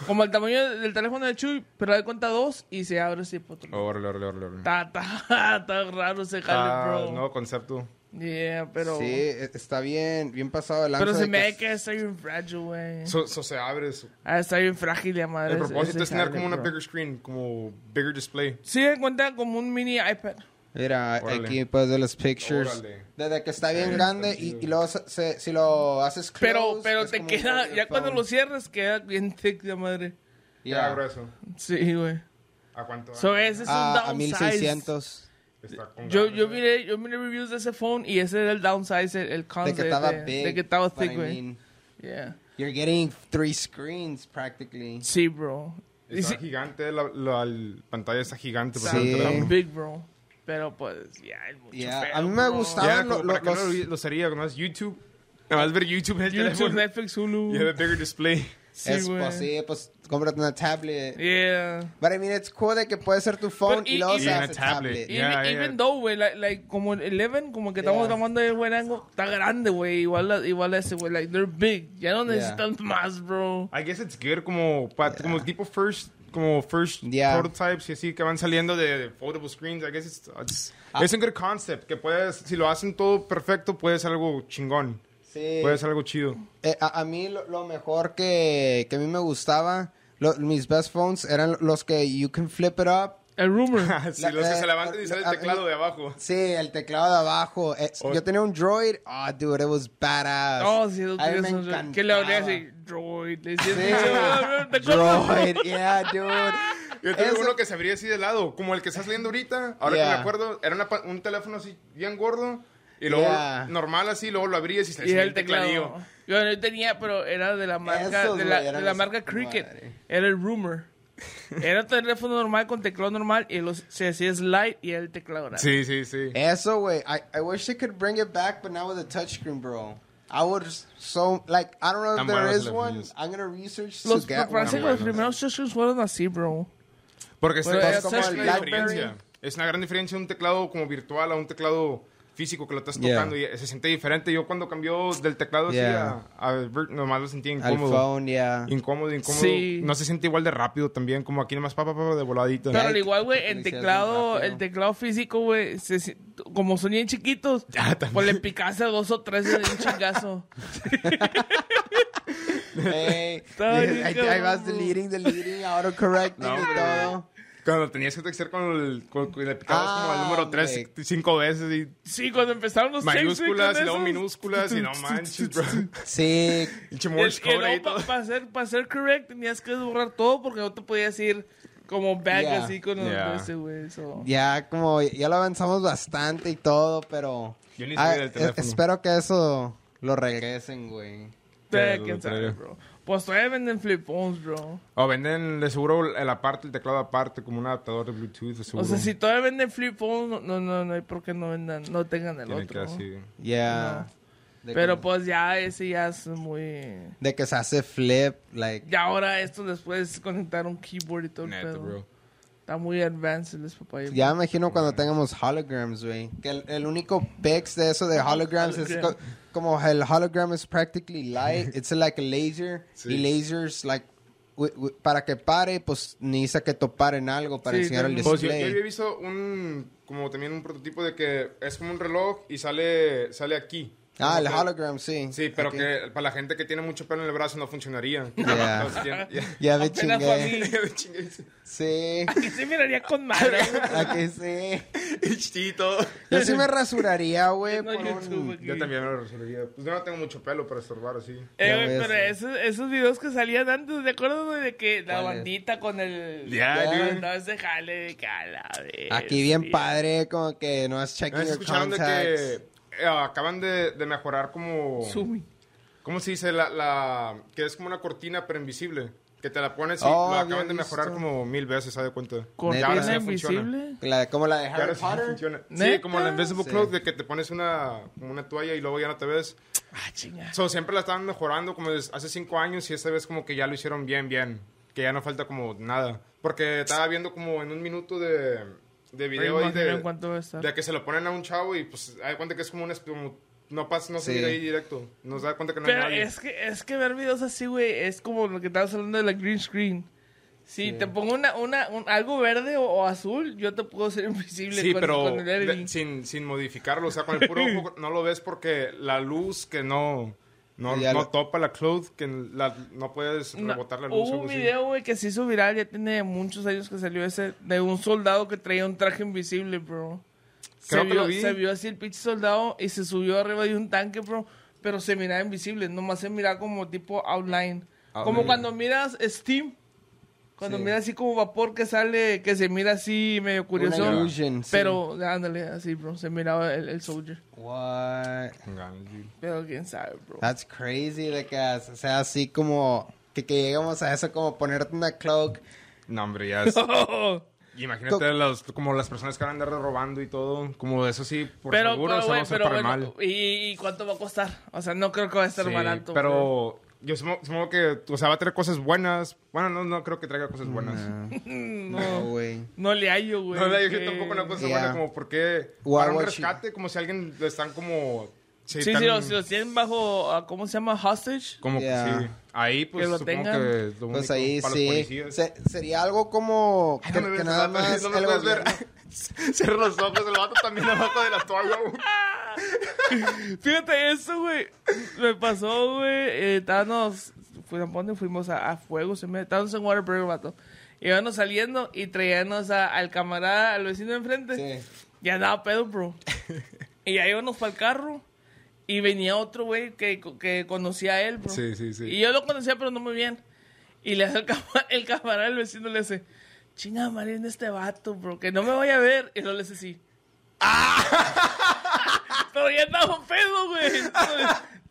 Speaker 1: Como el tamaño del, del teléfono de Chuy, pero de cuenta dos y se abre así. por otro lado.
Speaker 3: Órale, órale, órale. órale.
Speaker 1: Ta, ta, ta raro ese jale,
Speaker 3: Ah,
Speaker 1: bro.
Speaker 3: nuevo concepto.
Speaker 1: Yeah, pero...
Speaker 2: Sí, e- está bien, bien pasado el
Speaker 1: Pero se me ve que está bien frágil, güey.
Speaker 3: Eso so se abre. so-
Speaker 1: Ah, está bien frágil, la madre.
Speaker 3: El
Speaker 1: ese-
Speaker 3: propósito
Speaker 1: ¿Eh? ese
Speaker 3: es tener
Speaker 1: jale,
Speaker 3: como una
Speaker 1: bro.
Speaker 3: bigger screen, como bigger display.
Speaker 1: Sí, se cuenta como un mini iPad.
Speaker 2: Mira,
Speaker 3: Órale.
Speaker 2: aquí pues de las pictures.
Speaker 3: Órale.
Speaker 2: Desde que está bien grande y, y luego se- se- si lo haces close,
Speaker 1: Pero, pero
Speaker 2: es
Speaker 1: te
Speaker 2: como un
Speaker 1: queda,
Speaker 2: folded
Speaker 1: ya cuando
Speaker 2: phone.
Speaker 1: lo cierras, queda bien thick, la madre.
Speaker 3: Ya
Speaker 2: Yeah.
Speaker 3: abro eso.
Speaker 1: Sí, güey.
Speaker 3: Ah, ¿A cuánto?
Speaker 1: So, ese es un
Speaker 2: Ah, a
Speaker 1: downsize.
Speaker 2: 1600.
Speaker 3: Está con
Speaker 1: Yo,
Speaker 3: ganas,
Speaker 1: yo,
Speaker 3: ¿eh?
Speaker 1: miré, yo miré reviews de ese phone y ese era el downsize, el, el con
Speaker 2: De que estaba
Speaker 1: de,
Speaker 2: big.
Speaker 1: de que estaba
Speaker 2: but I
Speaker 1: thick, güey.
Speaker 2: mean,
Speaker 1: Yeah.
Speaker 2: You're getting three screens practically.
Speaker 1: Sí, bro. Y
Speaker 3: Está
Speaker 1: sí-
Speaker 3: gigante, la, la- la pantalla está gigante. por
Speaker 2: Sí.
Speaker 3: dentro.
Speaker 1: I'm big, bro. Pero pues, ya, hay mucho
Speaker 2: Yeah,
Speaker 1: pedo,
Speaker 2: a mí me
Speaker 1: bro.
Speaker 2: gustaba
Speaker 3: Ya,
Speaker 2: Estaban
Speaker 3: como
Speaker 2: lo-
Speaker 3: para
Speaker 2: lo-
Speaker 3: que no
Speaker 2: los-
Speaker 3: lo, lo sería, nomás YouTube. Nada más ver YouTube en el
Speaker 1: YouTube,
Speaker 3: teléfono.
Speaker 1: Netflix, Hulu.
Speaker 3: You have a bigger display.
Speaker 1: Sí,
Speaker 2: es
Speaker 1: güey.
Speaker 2: posible, pues cómprate una tablet.
Speaker 1: Yeah.
Speaker 2: But I mean, it's cool de que puede ser tu phone
Speaker 1: But
Speaker 2: y,
Speaker 1: y-
Speaker 2: luego
Speaker 1: y-
Speaker 2: se
Speaker 1: y
Speaker 3: una
Speaker 2: hace
Speaker 3: tablet.
Speaker 2: tablet.
Speaker 3: Yeah,
Speaker 1: even,
Speaker 3: yeah.
Speaker 1: even though, güey, like, like, como el 11, como que estamos
Speaker 2: Yeah.
Speaker 1: tomando el buen ángulo, está grande, güey. Igual, a- igual a ese, güey. Like, they're big. Ya no
Speaker 2: Yeah.
Speaker 1: necesitan más, bro.
Speaker 3: I guess it's good como, pa- como tipo first, como first
Speaker 2: Yeah.
Speaker 3: prototypes y así que van saliendo de, de foldable screens. I guess it's, it's,
Speaker 2: Ah.
Speaker 3: es un good concept que puedes, si lo hacen todo perfecto, puede ser algo chingón.
Speaker 2: Sí.
Speaker 3: Puede ser algo chido.
Speaker 2: Eh, a, a mí lo, lo mejor que, que a mí me gustaba, lo- mis best phones eran los que you can flip it up.
Speaker 1: El rumor.
Speaker 3: si
Speaker 2: La-
Speaker 3: los que
Speaker 2: eh,
Speaker 3: se levantan y
Speaker 2: la-
Speaker 3: sale el
Speaker 2: la-
Speaker 3: teclado de abajo.
Speaker 2: Sí, el teclado de abajo. Eh,
Speaker 3: Oh.
Speaker 2: Yo tenía un Droid. Ah, dude, it was badass.
Speaker 1: oh, sí,
Speaker 2: A mí me
Speaker 1: los Que le hablé
Speaker 2: encantaba.
Speaker 1: así, droid. Le decía,
Speaker 2: Sí.
Speaker 1: ¿te acuerdas?
Speaker 2: Droid, yeah, dude.
Speaker 3: Yo tengo
Speaker 2: Eso-
Speaker 3: uno que se abría así de lado, como el que está saliendo ahorita. Ahora que
Speaker 2: Yeah.
Speaker 3: me acuerdo, era una pa- un teléfono así bien gordo. Y luego
Speaker 2: Yeah.
Speaker 3: normal así, luego lo abrías y se
Speaker 1: Y
Speaker 3: salía
Speaker 1: el teclado. Yo no tenía, pero era de la marca,
Speaker 2: Esos,
Speaker 1: de
Speaker 2: güey,
Speaker 1: la,
Speaker 2: eran
Speaker 1: de la
Speaker 2: los-
Speaker 1: marca Cricket.
Speaker 2: madre.
Speaker 1: Era el Rumor. Era un teléfono normal con teclado normal y los, se hacía slide y era el teclado grande.
Speaker 3: Sí, sí, sí.
Speaker 2: Eso, güey. I, I wish they could bring it back, but now with a touchscreen, bro. I would so like I don't know if
Speaker 3: Tan
Speaker 2: there
Speaker 3: buenos
Speaker 2: is
Speaker 3: los
Speaker 2: one.
Speaker 3: niños.
Speaker 2: I'm gonna research to
Speaker 1: Los,
Speaker 2: get
Speaker 1: parece
Speaker 2: one.
Speaker 1: que los primeros touchscreens fueron así, bro.
Speaker 3: Porque
Speaker 2: Pues,
Speaker 1: Pero es
Speaker 3: es, es
Speaker 1: como
Speaker 3: una
Speaker 1: el
Speaker 3: gran
Speaker 2: Blackberry.
Speaker 3: diferencia. Es una gran diferencia un teclado como virtual a un teclado físico que lo estás
Speaker 2: Yeah.
Speaker 3: tocando y se siente diferente. Yo cuando cambió del teclado
Speaker 2: Yeah.
Speaker 3: así a, a vir- nomás lo sentía
Speaker 2: Al
Speaker 3: incómodo.
Speaker 2: phone, yeah.
Speaker 3: Incómodo, incómodo.
Speaker 1: Sí.
Speaker 3: No se siente igual de rápido también, como aquí nomás papá de voladito.
Speaker 1: Pero
Speaker 2: hay
Speaker 1: al
Speaker 2: que-
Speaker 1: igual, güey,
Speaker 2: que
Speaker 1: el
Speaker 2: iniciar bien
Speaker 1: teclado,
Speaker 2: rápido.
Speaker 1: el teclado físico, güey, se si- como son bien chiquitos,
Speaker 3: Ya, también.
Speaker 1: pues le picaste dos o tres de un chingazo.
Speaker 2: Hey,
Speaker 1: Está bien,
Speaker 2: ahí, ahí vas
Speaker 1: cabrón.
Speaker 2: deleting, deleting, autocorrecting
Speaker 3: No,
Speaker 2: y
Speaker 3: hombre.
Speaker 2: todo.
Speaker 3: Cuando tenías que textear con el, con, con- le picabas como al
Speaker 2: Ah,
Speaker 3: número 3
Speaker 2: hombre.
Speaker 3: cinco veces y
Speaker 1: Sí, cuando empezaron los
Speaker 3: mayúsculas
Speaker 1: textos
Speaker 3: y luego
Speaker 1: con esos,
Speaker 3: minúsculas y no manches, bro.
Speaker 2: Sí,
Speaker 3: Pinche
Speaker 1: El,
Speaker 3: Morse code ahí todo.
Speaker 1: para ser, pa ser correct tenías que borrar todo porque no te podías ir como back
Speaker 2: Yeah.
Speaker 1: así con los
Speaker 3: Yeah.
Speaker 1: ese, güey. so.
Speaker 2: ya como ya lo avanzamos bastante y todo, pero
Speaker 3: Yo ni
Speaker 2: Ah,
Speaker 3: sabía del
Speaker 2: es-
Speaker 3: teléfono.
Speaker 2: espero que eso lo regresen, güey.
Speaker 1: Eh,
Speaker 3: Pero
Speaker 1: quién
Speaker 3: lo
Speaker 1: sabe,
Speaker 3: traigo.
Speaker 1: bro. Pues todavía venden flip phones, bro.
Speaker 3: O venden de seguro el aparte, el teclado aparte, como un adaptador de Bluetooth, de seguro.
Speaker 1: O sea, si todavía venden flip phones, no, no, no, no hay por qué no vendan, no tengan el
Speaker 3: Tiene que
Speaker 1: otro.
Speaker 3: así.
Speaker 2: Yeah. De
Speaker 1: Pero
Speaker 2: que-
Speaker 1: pues ya ese ya es muy...
Speaker 2: de que se hace flip, like
Speaker 1: Y ahora esto después conectar un keyboard y todo el
Speaker 3: Neta,
Speaker 1: pedo.
Speaker 3: bro.
Speaker 1: Está muy advanced el papá.
Speaker 2: ya me imagino cuando tengamos holograms, güey. Que el, el único pex de eso de holograms es
Speaker 1: Hologram.
Speaker 2: co- como el hologram is practically light, it's like a laser
Speaker 3: Sí.
Speaker 2: y lasers like wi- wi- para que pare, pues necesita que topar en algo para
Speaker 1: Sí,
Speaker 2: enseñar el
Speaker 1: también.
Speaker 3: Pues yo, yo
Speaker 2: display.
Speaker 3: había visto un, como también un prototipo de que es como un reloj y sale, sale aquí.
Speaker 2: Ah,
Speaker 3: Como
Speaker 2: el
Speaker 3: que-
Speaker 2: hologram, sí.
Speaker 3: Sí, pero
Speaker 2: Ok.
Speaker 3: que para la gente que tiene mucho pelo en el brazo no funcionaría.
Speaker 2: Yeah.
Speaker 3: Entonces, tiene- ya-
Speaker 2: Ya me
Speaker 1: Apenas fue a mí.
Speaker 2: chingué. Sí,
Speaker 1: Que se miraría con madre. güey.
Speaker 2: a que sí.
Speaker 3: Chito.
Speaker 2: Yo sí me rasuraría, güey,
Speaker 1: No,
Speaker 2: por
Speaker 1: YouTube
Speaker 2: un...
Speaker 1: aquí.
Speaker 3: Mm, Yo también me lo resolvería. Pues yo no tengo mucho pelo para estorbar así.
Speaker 1: Eh,
Speaker 2: Ya
Speaker 1: güey,
Speaker 2: ves,
Speaker 1: pero
Speaker 2: güey.
Speaker 1: esos, esos videos que salían antes, ¿de acuerdo, güey? De que la
Speaker 2: ¿Cuáles?
Speaker 1: bandita con el...
Speaker 3: Ya,
Speaker 2: Ya.
Speaker 1: güey,
Speaker 3: dude.
Speaker 1: No, ese jale de cala,
Speaker 2: Aquí bien padre, como que no has
Speaker 3: ¿No
Speaker 2: checking your
Speaker 3: escucharon de
Speaker 2: contacts.
Speaker 3: que eh, acaban de, de mejorar como...
Speaker 1: Sumi.
Speaker 3: ¿Cómo se dice? La, la- que es como una cortina pero invisible. Que te la pones y
Speaker 2: Oh,
Speaker 3: la
Speaker 2: había
Speaker 3: acaban de mejorar
Speaker 2: visto.
Speaker 3: como mil veces, ¿sabes de cuenta?
Speaker 1: ¿Cortina
Speaker 3: Y ahora sí funciona.
Speaker 1: invisible?
Speaker 2: La- como la de
Speaker 3: Y ahora
Speaker 2: Harry
Speaker 3: sí
Speaker 2: Potter.
Speaker 3: funciona. Sí,
Speaker 1: ¿Neta?
Speaker 3: como la Invisible
Speaker 2: Sí.
Speaker 3: Cloak, de que te pones una, como una toalla y luego ya no te ves.
Speaker 1: Ah, chinga.
Speaker 3: So, siempre la estaban mejorando como desde hace cinco años y esta vez como que ya lo hicieron bien, bien. Que ya no falta como nada. Porque estaba viendo como en un minuto de, de video ahí
Speaker 1: Imagino en
Speaker 3: de,
Speaker 1: cuánto va a estar.
Speaker 3: de que se lo ponen a un chavo y pues hay cuenta que es como un... esp- como- no pasa, no se
Speaker 2: Sí.
Speaker 3: mira ahí directo. Nos da cuenta que no hay
Speaker 1: Pero
Speaker 3: nadie.
Speaker 1: es que, es que ver videos así, güey, es como lo que estabas hablando de la green screen. Si te pongo una, una, un- algo verde o, o azul, yo te puedo ser invisible
Speaker 3: Sí,
Speaker 1: con,
Speaker 3: pero
Speaker 1: con el
Speaker 3: de-
Speaker 1: editing.
Speaker 3: sin, sin modificarlo, o sea, con el puro ojo no lo ves porque la luz que no, no,
Speaker 2: Ya
Speaker 3: no
Speaker 2: la-
Speaker 3: topa la cloud, que la- no puedes
Speaker 1: No,
Speaker 3: rebotar la luz.
Speaker 1: hubo
Speaker 3: algo
Speaker 1: un
Speaker 3: así.
Speaker 1: video, güey, que se hizo viral, ya tiene muchos años que salió ese, de un soldado que traía un traje invisible, bro.
Speaker 3: Creo
Speaker 1: se,
Speaker 3: que lo
Speaker 1: vio,
Speaker 3: vi.
Speaker 1: se vio así el pinche soldado y se subió arriba de un tanque, bro, pero se miraba
Speaker 3: Ah,
Speaker 1: invisible, nomás se miraba como tipo outline. Como
Speaker 2: Outline.
Speaker 1: cuando miras Steam, Cuando
Speaker 2: Sí.
Speaker 1: mira así como vapor que sale, que se mira así medio curioso.
Speaker 2: Una illusion, sí.
Speaker 1: Pero ándale, así, bro. Se miraba el, el Soldier.
Speaker 2: What?
Speaker 3: Con ganas, güey.
Speaker 1: Pero quién sabe, bro.
Speaker 2: That's crazy, de que o sea así como que, que lleguemos a eso, como ponerte una cloak.
Speaker 3: No, hombre, ya es-
Speaker 2: Ah.
Speaker 3: Imagínate
Speaker 2: Co-
Speaker 3: los, como las personas que van a andar robando y todo. Como eso sí, por
Speaker 1: pero,
Speaker 3: seguro,
Speaker 1: pero,
Speaker 3: eso va
Speaker 1: güey,
Speaker 3: a ser
Speaker 1: pero
Speaker 3: para el
Speaker 1: bueno,
Speaker 3: mal.
Speaker 1: ¿y, y cuánto va a costar? O sea, no creo que va a estar
Speaker 3: Sí,
Speaker 1: barato.
Speaker 3: pero yo supongo, supongo que, o sea, va a traer cosas buenas. Bueno, no, no creo que traiga
Speaker 2: Mm,
Speaker 3: cosas buenas.
Speaker 2: eh. No, güey.
Speaker 1: No le hallo, güey.
Speaker 3: No, la dije
Speaker 1: que-
Speaker 3: tampoco una cosa
Speaker 2: Yeah.
Speaker 3: buena, como porque
Speaker 2: O
Speaker 3: para
Speaker 2: algo
Speaker 3: un
Speaker 2: así.
Speaker 3: rescate, como si alguien le están como...
Speaker 1: Sí,
Speaker 3: están-
Speaker 1: sí, los, si los tienen bajo, ah, ¿cómo se llama? Hostage.
Speaker 3: Como que
Speaker 2: Yeah.
Speaker 3: sí. Ahí, pues,
Speaker 1: Que lo
Speaker 3: supongo
Speaker 1: tengan.
Speaker 3: que es lo único
Speaker 2: Pues ahí
Speaker 3: para los
Speaker 2: sí.
Speaker 3: policías.
Speaker 2: Se- sería algo como
Speaker 3: Ay,
Speaker 2: que,
Speaker 3: no me
Speaker 2: que
Speaker 3: ves,
Speaker 2: nada
Speaker 3: vato,
Speaker 2: más.
Speaker 3: no me
Speaker 2: el
Speaker 3: puedes ver.
Speaker 2: gobierno-
Speaker 3: Cierra los ojos, el vato también abajo de la toalla. güey.
Speaker 1: Fíjate eso, güey. Me pasó, güey. Eh, estábamos. Fuimos, ¿dónde fuimos a, a fuego. Se me, estábamos en Waterbury, vato. Íbamos saliendo y traíamos a- al camarada, al vecino de enfrente.
Speaker 2: Sí.
Speaker 1: Y andaba pedo, bro. y ya íbamos para el carro. Y venía otro, güey, que, que conocía a él, bro.
Speaker 3: Sí, sí, sí.
Speaker 1: Y yo lo conocía, pero no muy bien. Y le hace el, cama- el camarada, el vecino le dice: Chinga, Marín, este vato, bro, que no me vaya a ver. Y lo le dice así.
Speaker 3: ¡Ah!
Speaker 1: Pero ya andaba pedo, güey. Entonces,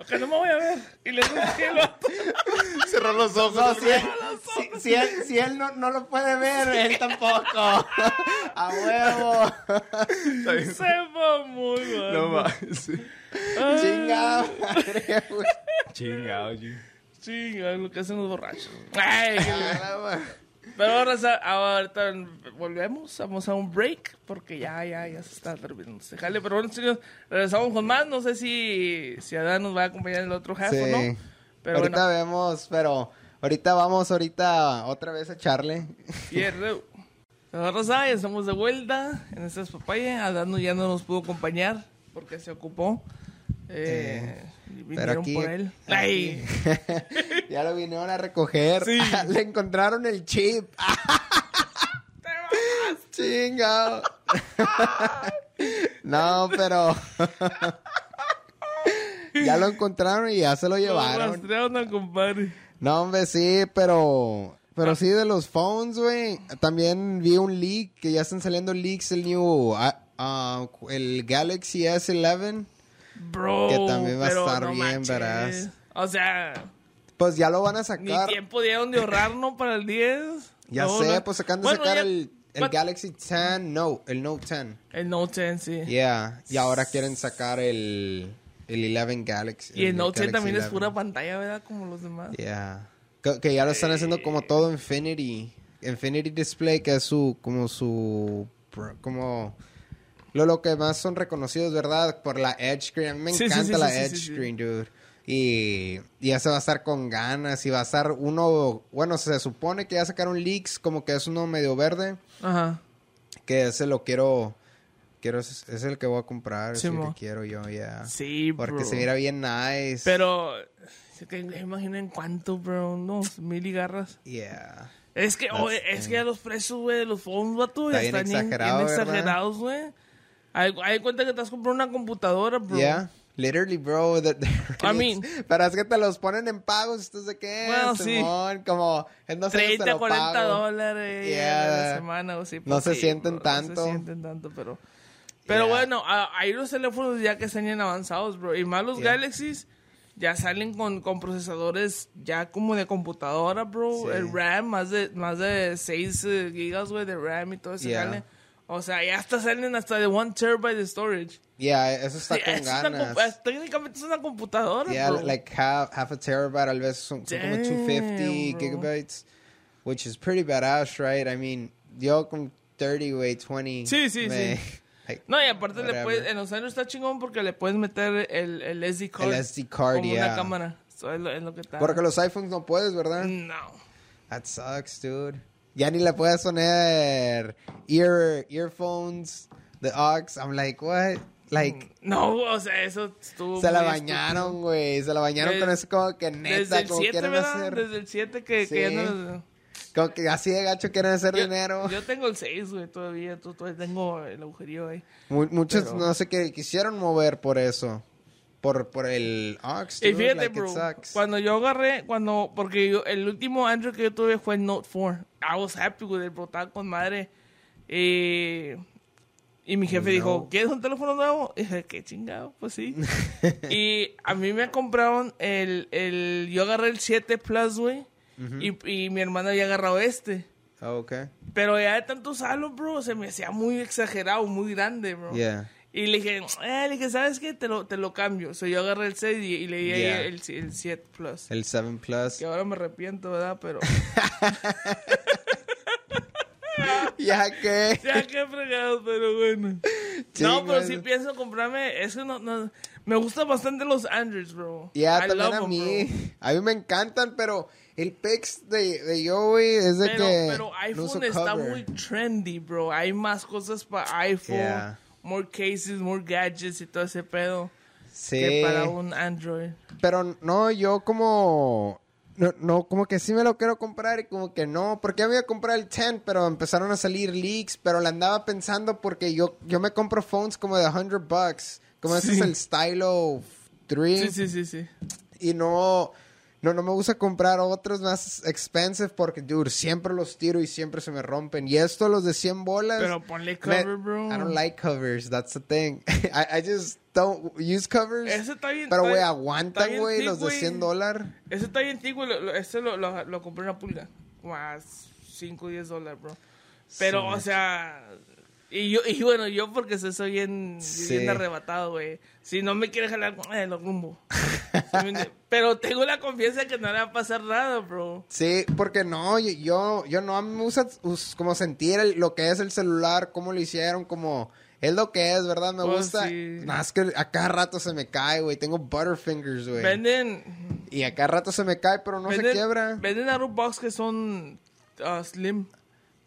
Speaker 1: Que no me voy a ver. Y le dice que el vato.
Speaker 3: Cerró los ojos.
Speaker 2: No,
Speaker 3: el
Speaker 2: si él, si, si él, si él no, no lo puede ver, él tampoco. A huevo.
Speaker 3: Está bien.
Speaker 1: Se mamó, güey.
Speaker 3: No más. Sí.
Speaker 1: Ah,
Speaker 2: Chingada madre, güey.
Speaker 3: Chingado, G.
Speaker 1: Chinga, lo que hacen los borrachos. Ay, que-
Speaker 2: A la madre.
Speaker 1: Pero ahora, sa- ahorita volvemos. Vamos a un break porque ya, ya, ya se está terminando. este jale. Pero bueno, señores, regresamos con más. No sé si, si Adán nos va a acompañar en el otro half o
Speaker 2: Sí.
Speaker 1: no. Pero
Speaker 2: ahorita
Speaker 1: bueno,
Speaker 2: vemos, pero ahorita vamos ahorita otra vez a echarle.
Speaker 1: pierde. Pero Raza, ya estamos de vuelta en estas papayas. Adán no- ya no nos pudo acompañar porque se ocupó. Eh, y vinieron
Speaker 2: aquí-
Speaker 1: por él.
Speaker 2: aquí-
Speaker 1: Ay.
Speaker 2: ya lo vinieron a recoger.
Speaker 1: Sí.
Speaker 2: Le encontraron el chip.
Speaker 1: Te mamaste.
Speaker 2: Chingado. no, pero. ya lo encontraron y ya se lo
Speaker 1: Lo
Speaker 2: llevaron.
Speaker 1: rastrearon al compadre.
Speaker 2: No, hombre, sí,
Speaker 1: Ah.
Speaker 2: pero. Pero sí, de los phones, güey. También vi un leak que ya están saliendo leaks el new. ah, ah, el Galaxy S11.
Speaker 1: Bro.
Speaker 2: Que también va a
Speaker 1: pero
Speaker 2: estar
Speaker 1: no
Speaker 2: bien,
Speaker 1: manches.
Speaker 2: verás.
Speaker 1: O sea,
Speaker 2: Pues ya lo van a
Speaker 1: ni
Speaker 2: sacar.
Speaker 1: tiempo dieron de ahorrar, ¿no? Para el 10.
Speaker 2: Ya
Speaker 1: No,
Speaker 2: sé,
Speaker 1: no.
Speaker 2: pues acaban de
Speaker 1: Bueno,
Speaker 2: sacar
Speaker 1: ya-
Speaker 2: el, el
Speaker 1: but-
Speaker 2: Galaxy 10. No, el Note 10.
Speaker 1: El Note 10, sí.
Speaker 2: Yeah. Y ahora quieren sacar el, el 11 Galaxy.
Speaker 1: Y el Note 10
Speaker 2: Galaxy
Speaker 1: también es
Speaker 2: 11.
Speaker 1: pura pantalla, ¿verdad? Como los demás.
Speaker 2: Yeah. Que, que ya lo están haciendo como todo Infinity. Infinity Display, que es su, como su, pro- como, lo, lo que más son reconocidos, ¿verdad? Por la Edge Screen. A mí me
Speaker 1: Sí, sí,
Speaker 2: encanta
Speaker 1: sí,
Speaker 2: la
Speaker 1: sí, sí,
Speaker 2: Edge
Speaker 1: sí, sí.
Speaker 2: Screen, dude. Y, y ya se va a estar con ganas y va a estar uno, bueno, se supone que ya sacaron leaks, como que es uno medio verde,
Speaker 1: Ajá.
Speaker 2: que ese lo quiero, quiero, es es el que voy a comprar, es el
Speaker 1: Simón.
Speaker 2: que quiero yo, ya.
Speaker 1: Sí, bro.
Speaker 2: Ah, Porque se mira bien nice.
Speaker 1: Pero, se te- imaginen cuánto, bro. Unos mil y garras.
Speaker 2: Yeah.
Speaker 1: Es que,
Speaker 2: That's-
Speaker 1: oye, es que a los precios, güey, de los phones, vato,
Speaker 2: Ah,
Speaker 1: ya
Speaker 2: Está bien
Speaker 1: están bien, bien
Speaker 2: exagerado, ¿verdad?
Speaker 1: exagerados, güey. Hay, hay cuenta que te has comprado una computadora, bro.
Speaker 2: Yeah, literally, bro. that-
Speaker 1: I mean-
Speaker 2: pero es que te los ponen en pagos. ¿Estos de qué?
Speaker 1: Well, sí.
Speaker 2: Simón, como en dos años te
Speaker 1: 30,
Speaker 2: lo
Speaker 1: 40
Speaker 2: pago.
Speaker 1: dólares
Speaker 2: Yeah.
Speaker 1: a la semana o sí,
Speaker 2: No
Speaker 1: pues
Speaker 2: se
Speaker 1: sí,
Speaker 2: sienten
Speaker 1: bro, No
Speaker 2: tanto.
Speaker 1: se sienten tanto, pero... Pero
Speaker 2: Yeah.
Speaker 1: bueno, a- hay los teléfonos ya que están bien avanzados, bro. Y más los
Speaker 2: Yeah.
Speaker 1: Galaxies ya salen con, con procesadores ya como de computadora, bro.
Speaker 2: Sí.
Speaker 1: El RAM, más de, más de 6 eh, gigas, güey, de RAM y todo eso.
Speaker 2: Yeah.
Speaker 1: jale. O sea, ya hasta salen hasta de 1 terabyte de storage.
Speaker 2: Yeah, eso está
Speaker 1: Sí,
Speaker 2: con
Speaker 1: es una
Speaker 2: ganas.
Speaker 1: compu- es- técnicamente es una computadora,
Speaker 2: yeah,
Speaker 1: bro.
Speaker 2: like half, half a terabyte, al vez son, son como
Speaker 1: Damn,
Speaker 2: 250
Speaker 1: bro.
Speaker 2: gigabytes, which is pretty badass, right? I mean, yo con 30, güey, 20.
Speaker 1: Sí, sí, sí.
Speaker 2: like,
Speaker 1: No, y aparte le
Speaker 2: Whatever.
Speaker 1: puedes, en los años está chingón porque le puedes meter el, el SD card.
Speaker 2: El SD card,
Speaker 1: Como una
Speaker 2: yeah.
Speaker 1: cámara. Eso es lo, es lo que está.
Speaker 2: Porque los iPhones no puedes, ¿verdad?
Speaker 1: No.
Speaker 2: That sucks, dude. Ya ni le puedes poner ear earphones, the aux. I'm like, what? Like,
Speaker 1: No, o sea, eso estuvo
Speaker 2: se la
Speaker 1: Mm. muy estúpido.
Speaker 2: bañaron, güey. Se la bañaron
Speaker 1: Desde-
Speaker 2: con eso como que
Speaker 1: Desde
Speaker 2: neta,
Speaker 1: el
Speaker 2: como
Speaker 1: 7,
Speaker 2: quieren
Speaker 1: ¿verdad?
Speaker 2: hacer.
Speaker 1: Desde el 7 que, que ya
Speaker 2: Sí.
Speaker 1: no...
Speaker 2: Como que así de gacho quieren hacer
Speaker 1: Yo-
Speaker 2: dinero.
Speaker 1: Yo tengo el 6, güey, todavía. tú- Todavía tengo el agujerío ahí.
Speaker 2: Mu- Muchos
Speaker 1: pero-
Speaker 2: no sé qué quisieron mover por eso. por, por el Ox.
Speaker 1: Y
Speaker 2: dude,
Speaker 1: fíjate,
Speaker 2: like, it
Speaker 1: bro,
Speaker 2: sucks.
Speaker 1: cuando yo agarré, cuando, porque yo- el último Android que yo tuve fue el Note 4. I was happy with it, bro, estaba con madre. Eh, y mi jefe dijo, ¿quieres un teléfono nuevo? Y dije, qué chingado, pues sí. y a mí me compraron el, el yo agarré el 7 Plus, güey, y, y mi hermana había agarrado este.
Speaker 2: Ah, ok.
Speaker 1: Pero ya de tanto usarlo, bro, se me hacía muy exagerado, muy grande, bro.
Speaker 2: Yeah.
Speaker 1: Y le dije, eh, le dije, ¿sabes qué? Te lo, te lo cambio. O sea, yo agarré el 6 y, y le di ahí
Speaker 2: Yeah.
Speaker 1: el, el 7 Plus.
Speaker 2: El 7 Plus.
Speaker 1: Que ahora me arrepiento, ¿verdad? Pero,
Speaker 2: Ya que.
Speaker 1: ya que fregado, pero bueno.
Speaker 2: Chingos.
Speaker 1: no, pero si pienso comprarme, eso no, no. Me gustan bastante los Androids, bro.
Speaker 2: Ya,
Speaker 1: I
Speaker 2: también
Speaker 1: love
Speaker 2: a
Speaker 1: 'em,
Speaker 2: mí.
Speaker 1: bro.
Speaker 2: A mí me encantan, pero el pex de, de yo, güey, es de
Speaker 1: Pero,
Speaker 2: que.
Speaker 1: pero
Speaker 2: no uso
Speaker 1: iPhone está
Speaker 2: cover.
Speaker 1: muy trendy, bro. Hay más cosas para iPhone.
Speaker 2: Yeah.
Speaker 1: More cases, more gadgets y todo ese pedo.
Speaker 2: Sí.
Speaker 1: Que para un Android.
Speaker 2: Pero no, yo como. No, no, como que sí me lo quiero comprar y como que no, porque ya me iba a comprar el 10, pero empezaron a salir leaks, pero la andaba pensando porque yo, yo me compro phones como de 100 bucks, como ese es el Stylo 3
Speaker 1: Sí, sí, sí, sí.
Speaker 2: y no, no, no me gusta comprar otros más expensive porque, dude, siempre los tiro y siempre se me rompen. Y esto, los de 100 bolas.
Speaker 1: Pero ponle
Speaker 2: me-
Speaker 1: cover, bro.
Speaker 2: I don't like covers, that's the thing. I, I just don't use covers.
Speaker 1: Ese está bien-
Speaker 2: pero,
Speaker 1: está-
Speaker 2: güey,
Speaker 1: está
Speaker 2: aguantan,
Speaker 1: bien
Speaker 2: güey, los
Speaker 1: thick,
Speaker 2: de
Speaker 1: güey.
Speaker 2: 100 dólares.
Speaker 1: Ese está bien antiguo, lo, lo- este lo, lo, lo compré en una pulga. Más 5 o 10 dólares, bro. Pero, o sea. Y, yo, y bueno, yo porque soy- soy bien,
Speaker 2: Sí.
Speaker 1: bien arrebatado, güey. Si no me quiere jalar, eh, lo rumbo. ¿Sí me entiendes? Pero tengo la confianza que no le va a pasar nada, bro.
Speaker 2: Sí, porque no, yo, yo, yo no a mí me gusta us- como sentir el- lo que es el celular, cómo lo hicieron, como es lo que es, ¿verdad? Me
Speaker 1: Pues,
Speaker 2: gusta.
Speaker 1: sí.
Speaker 2: Más que a cada rato se me cae, güey. Tengo butterfingers, güey.
Speaker 1: Venden.
Speaker 2: Y a cada rato se me cae, pero no se
Speaker 1: venden-
Speaker 2: quiebra.
Speaker 1: Venden Arrow Box que son ah, slim.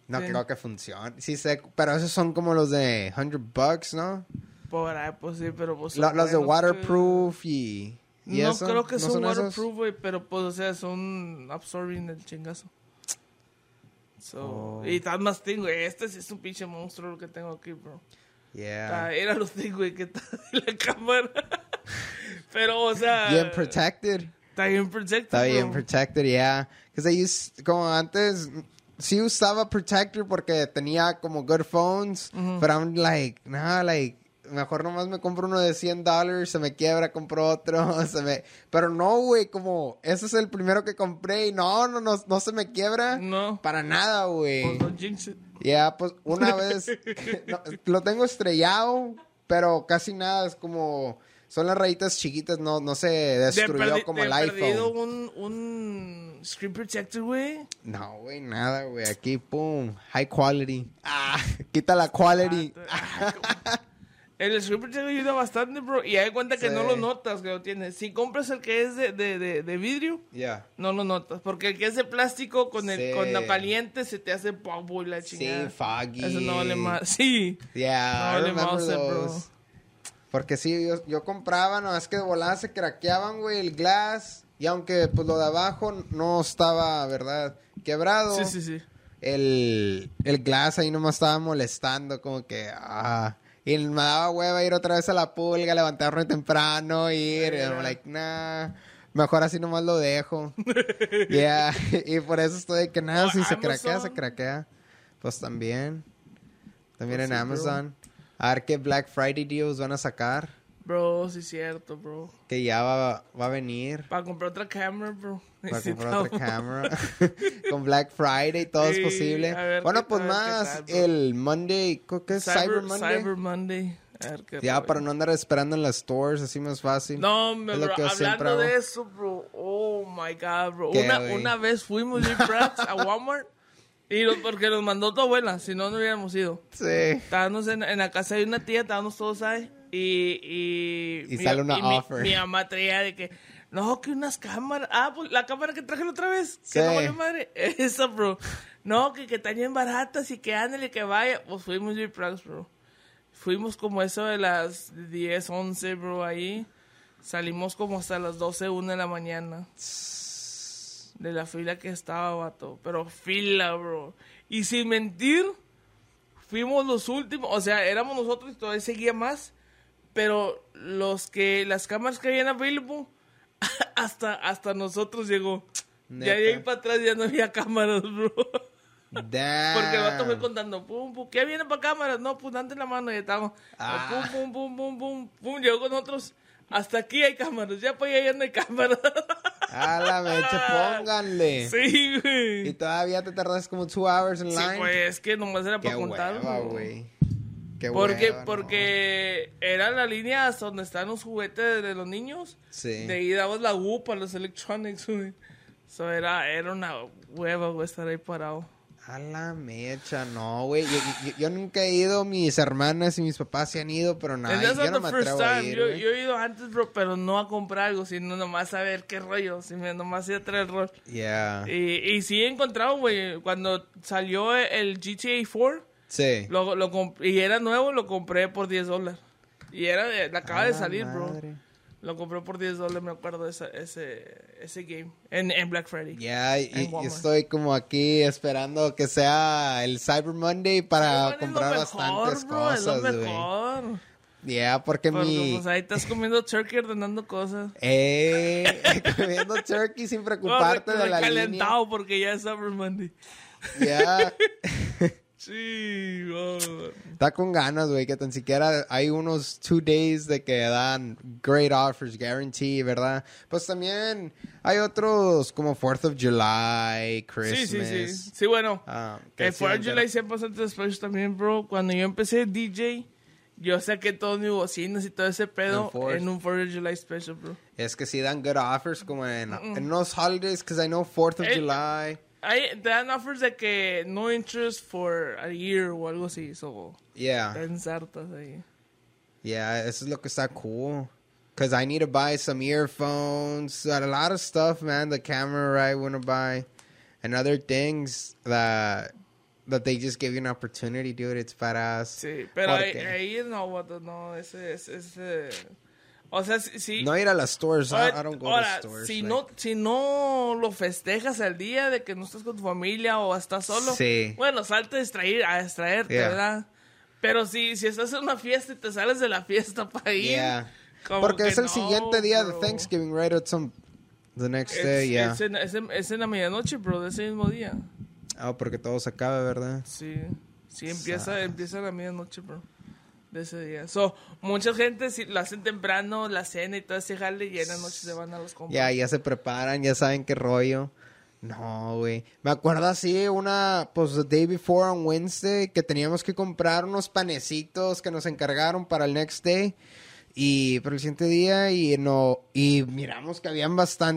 Speaker 2: No
Speaker 1: Sí.
Speaker 2: creo que funcione. Sí sé, pero esos son como los de 100 bucks, ¿no?
Speaker 1: Por ahí, pues sí, pero pues.
Speaker 2: Lo-
Speaker 1: son
Speaker 2: los de
Speaker 1: buenos,
Speaker 2: waterproof y,
Speaker 1: güey.
Speaker 2: y
Speaker 1: No
Speaker 2: eso.
Speaker 1: creo que
Speaker 2: ¿No
Speaker 1: son,
Speaker 2: esos?
Speaker 1: waterproof, güey, pero pues, o sea, son absorbing el chingazo. So,
Speaker 2: Oh.
Speaker 1: Y tan más thing, güey. Este sí es un pinche monstruo lo que tengo aquí, bro.
Speaker 2: Yeah.
Speaker 1: Ah, Era los thing, güey, que está en la cámara. pero, o sea.
Speaker 2: Bien protected.
Speaker 1: Está bien protected.
Speaker 2: Está bien
Speaker 1: bro.
Speaker 2: protected, yeah. Because they used, como antes, sí usaba protector porque tenía como good phones, pero I'm like, nah, like, mejor nomás me compro uno de 100 dólares, se me quiebra, compro otro, se me... Pero no, güey, como, ese es el primero que compré y no, no, no, no se me quiebra.
Speaker 1: No.
Speaker 2: Para nada, güey.
Speaker 1: Pues no jinx it.
Speaker 2: Ya, pues una vez no, lo tengo estrellado, pero casi nada, es como son las rayitas chiquitas, no, no se
Speaker 1: De
Speaker 2: destruyó
Speaker 1: perdi-
Speaker 2: como
Speaker 1: de
Speaker 2: el
Speaker 1: perdido
Speaker 2: iPhone.
Speaker 1: un, un screen protector, güey.
Speaker 2: No, güey, nada, güey, aquí, pum, high quality. Ah, quita la quality.
Speaker 1: El screen protector ayuda bastante, bro. Y hay cuenta que
Speaker 2: Sí.
Speaker 1: no lo notas que lo tienes. Si compras el que es de, de, de, de vidrio,
Speaker 2: Ya.
Speaker 1: no lo notas. Porque el que es de plástico con el
Speaker 2: Sí.
Speaker 1: con la caliente se te hace pavo y la
Speaker 2: Sí,
Speaker 1: chingada.
Speaker 2: foggy.
Speaker 1: Eso no vale más. Sí.
Speaker 2: Yeah,
Speaker 1: No
Speaker 2: I
Speaker 1: vale
Speaker 2: remember
Speaker 1: mouse, bro.
Speaker 2: those. Porque sí, yo, yo compraba, no, es que de volada se craqueaban, güey, el glass. Y aunque, pues, lo de abajo no estaba, ¿verdad? Quebrado.
Speaker 1: Sí, sí, sí.
Speaker 2: el, el glass ahí nomás estaba molestando, como que, ah. Y me daba hueva ir otra vez a la pulga, levantarme temprano, ir. Y I'm like, nah, mejor así nomás lo dejo. yeah, y por eso estoy de que nada,
Speaker 1: O
Speaker 2: si se
Speaker 1: Amazon.
Speaker 2: craquea, se craquea. Pues también. También
Speaker 1: Pues
Speaker 2: en
Speaker 1: sí, bro.
Speaker 2: Amazon. A ver qué Black Friday deals van a sacar.
Speaker 1: Bro, sí es cierto, bro.
Speaker 2: Que ya va, va a venir.
Speaker 1: Para comprar otra cámara, bro.
Speaker 2: Para comprar
Speaker 1: Necesitamos.
Speaker 2: otra cámara. Con Black Friday, todo es
Speaker 1: Sí,
Speaker 2: posible.
Speaker 1: a ver
Speaker 2: Bueno,
Speaker 1: qué
Speaker 2: pues
Speaker 1: tal, qué
Speaker 2: más
Speaker 1: tal, bro.
Speaker 2: el Monday, creo que es Cyber,
Speaker 1: Cyber,
Speaker 2: Monday.
Speaker 1: Cyber Monday. A ver qué
Speaker 2: Ya,
Speaker 1: rollo.
Speaker 2: para no andar esperando en las stores, así más fácil.
Speaker 1: No,
Speaker 2: Es
Speaker 1: me
Speaker 2: lo
Speaker 1: bro,
Speaker 2: que yo siempre
Speaker 1: hablando
Speaker 2: hago.
Speaker 1: de eso, bro. Oh my god, bro.
Speaker 2: ¿Qué,
Speaker 1: Una,
Speaker 2: güey?
Speaker 1: una vez fuimos de Bratz a Walmart y lo- porque nos mandó tu abuela, si no, no hubiéramos ido.
Speaker 2: Sí.
Speaker 1: Estábamos en, en la casa de una tía, estábamos todos ahí y. Y,
Speaker 2: Y sale una
Speaker 1: mi-
Speaker 2: offer.
Speaker 1: Mi, mamá traía de que. No, que unas cámaras. Ah, pues la cámara que traje la otra vez. Que
Speaker 2: Sí.
Speaker 1: no vale madre. Esa, bro. No, que, que están bien baratas y que ándale, que vaya. Pues fuimos de Bratz, bro. Fuimos como eso de las 10, 11, bro, ahí. Salimos como hasta las 12, 1 de la mañana. De la fila que estaba, vato. Pero fila, bro. Y sin mentir, fuimos los últimos. O sea, éramos nosotros y todavía seguía más. pero los que las cámaras que habían available hasta hasta nosotros llegó. Ya
Speaker 2: Neta.
Speaker 1: de ahí para atrás ya no había cámaras, bro.
Speaker 2: Damn.
Speaker 1: Porque el
Speaker 2: Ah.
Speaker 1: vato fue contando, pum, pum, ¿qué viene para cámaras? No, pues dante la mano, ya estamos.
Speaker 2: Ah.
Speaker 1: Pum, pum, pum, pum, pum, pum, llegó con otros. Hasta aquí hay cámaras, ya para allá ya no hay cámaras.
Speaker 2: A la mecha, pónganle.
Speaker 1: sí, güey.
Speaker 2: Y todavía te tardas como two hours en
Speaker 1: Sí,
Speaker 2: line.
Speaker 1: pues es que nomás era
Speaker 2: Qué
Speaker 1: para contar.
Speaker 2: hueva,
Speaker 1: bro.
Speaker 2: güey. Qué
Speaker 1: Porque,
Speaker 2: hueva, no.
Speaker 1: porque era la línea hasta donde están los juguetes de los niños.
Speaker 2: Sí.
Speaker 1: De ahí dabas la U para los electronics, güey. So era, era una hueva, güey, estar ahí parado.
Speaker 2: A la mecha, no, güey. Yo, yo- yo nunca he ido, mis hermanas y mis papás se han ido, pero nada,
Speaker 1: And that's
Speaker 2: yo
Speaker 1: not
Speaker 2: no
Speaker 1: the
Speaker 2: me
Speaker 1: first
Speaker 2: atrevo a
Speaker 1: time.
Speaker 2: ir,
Speaker 1: yo,
Speaker 2: güey.
Speaker 1: yo he ido antes, bro, pero no a comprar algo, sino nomás a ver qué rollo. Si me nomás iba a traer el rol.
Speaker 2: Yeah.
Speaker 1: Y, y sí he encontrado, güey, cuando salió el GTA 4,
Speaker 2: Sí.
Speaker 1: lo, lo comp- y era nuevo, lo compré por 10 dólares. Y era, de- la acaba
Speaker 2: A
Speaker 1: de
Speaker 2: la
Speaker 1: salir, bro.
Speaker 2: Ah, madre.
Speaker 1: Lo compré por 10 dólares, me acuerdo, esa- ese, ese game. En, en Black Friday.
Speaker 2: Ya, y,
Speaker 1: En
Speaker 2: y
Speaker 1: Walmart.
Speaker 2: estoy como aquí esperando que sea el Cyber Monday para
Speaker 1: Bueno, es lo
Speaker 2: comprar
Speaker 1: mejor,
Speaker 2: bastantes
Speaker 1: bro, es lo
Speaker 2: cosas, güey.
Speaker 1: mejor.
Speaker 2: Ya, porque
Speaker 1: Porque,
Speaker 2: mi...
Speaker 1: pues, ahí estás comiendo turkey ordenando cosas.
Speaker 2: Eh, comiendo turkey sin preocuparte
Speaker 1: Bueno,
Speaker 2: de la
Speaker 1: recalentado
Speaker 2: línea.
Speaker 1: porque ya es Summer Monday.
Speaker 2: Ya,
Speaker 1: Sí, bro.
Speaker 2: está con ganas, güey, que tan siquiera hay unos two days de que dan great offers, guarantee, ¿verdad? Pues también hay otros como 4th of July,
Speaker 1: Sí,
Speaker 2: Christmas.
Speaker 1: sí, sí. Sí, bueno.
Speaker 2: ah, que
Speaker 1: el 4 de
Speaker 2: sí,
Speaker 1: July siempre bastante después también, bro. Cuando yo empecé DJ, yo saqué todos mis bocinas y todo ese
Speaker 2: En
Speaker 1: pedo
Speaker 2: Force.
Speaker 1: en un 4 de July special, bro.
Speaker 2: Es que sí dan good offers como en, en los holidays, because I know 4th of
Speaker 1: Eh,
Speaker 2: July.
Speaker 1: Ahí te dan offers de que no interest for a year o algo así. So,
Speaker 2: Yeah.
Speaker 1: te ensartas ahí.
Speaker 2: Yeah, eso es lo que está cool. Because I need to buy some earphones, a lot of stuff, man. The camera I want to buy, and other things that that they just give you an opportunity, dude. It's badass.
Speaker 1: Sí, pero ahí,
Speaker 2: Porque
Speaker 1: ahí no, vato, no, ese, ese, ese- O sea, sí... sí.
Speaker 2: no ir a las stores. I,
Speaker 1: Ahora-
Speaker 2: I don't go
Speaker 1: ahora,
Speaker 2: to stores.
Speaker 1: si,
Speaker 2: like-
Speaker 1: no, si no lo festejas al día de que no estás con tu familia o estás solo,
Speaker 2: Sí.
Speaker 1: bueno, salte a distraer, a distraerte,
Speaker 2: Yeah.
Speaker 1: ¿verdad? Pero si, si estás en una fiesta y te sales de la fiesta para ir,
Speaker 2: Yeah.
Speaker 1: como
Speaker 2: Porque
Speaker 1: que
Speaker 2: es el
Speaker 1: no,
Speaker 2: siguiente día
Speaker 1: bro.
Speaker 2: de Thanksgiving, right? It's some the next
Speaker 1: Es,
Speaker 2: day, yeah.
Speaker 1: es en, es en- es en la medianoche, bro, de ese mismo día.
Speaker 2: Oh, porque todo se acaba, verdad?
Speaker 1: Sí, sí, empieza,
Speaker 2: Sas.
Speaker 1: empieza a la medianoche, bro. De ese día. So, mucha gente si lo hacen temprano, la cena y todo ese jale, y en la noche se van a los compras.
Speaker 2: Ya, ya se preparan, ya saben qué rollo. No, güey. Me acuerdo así, una, pues, the day before on Wednesday, que teníamos que comprar unos panecitos que nos encargaron para el next day. Y, pero el siguiente día, y no, y miramos que habían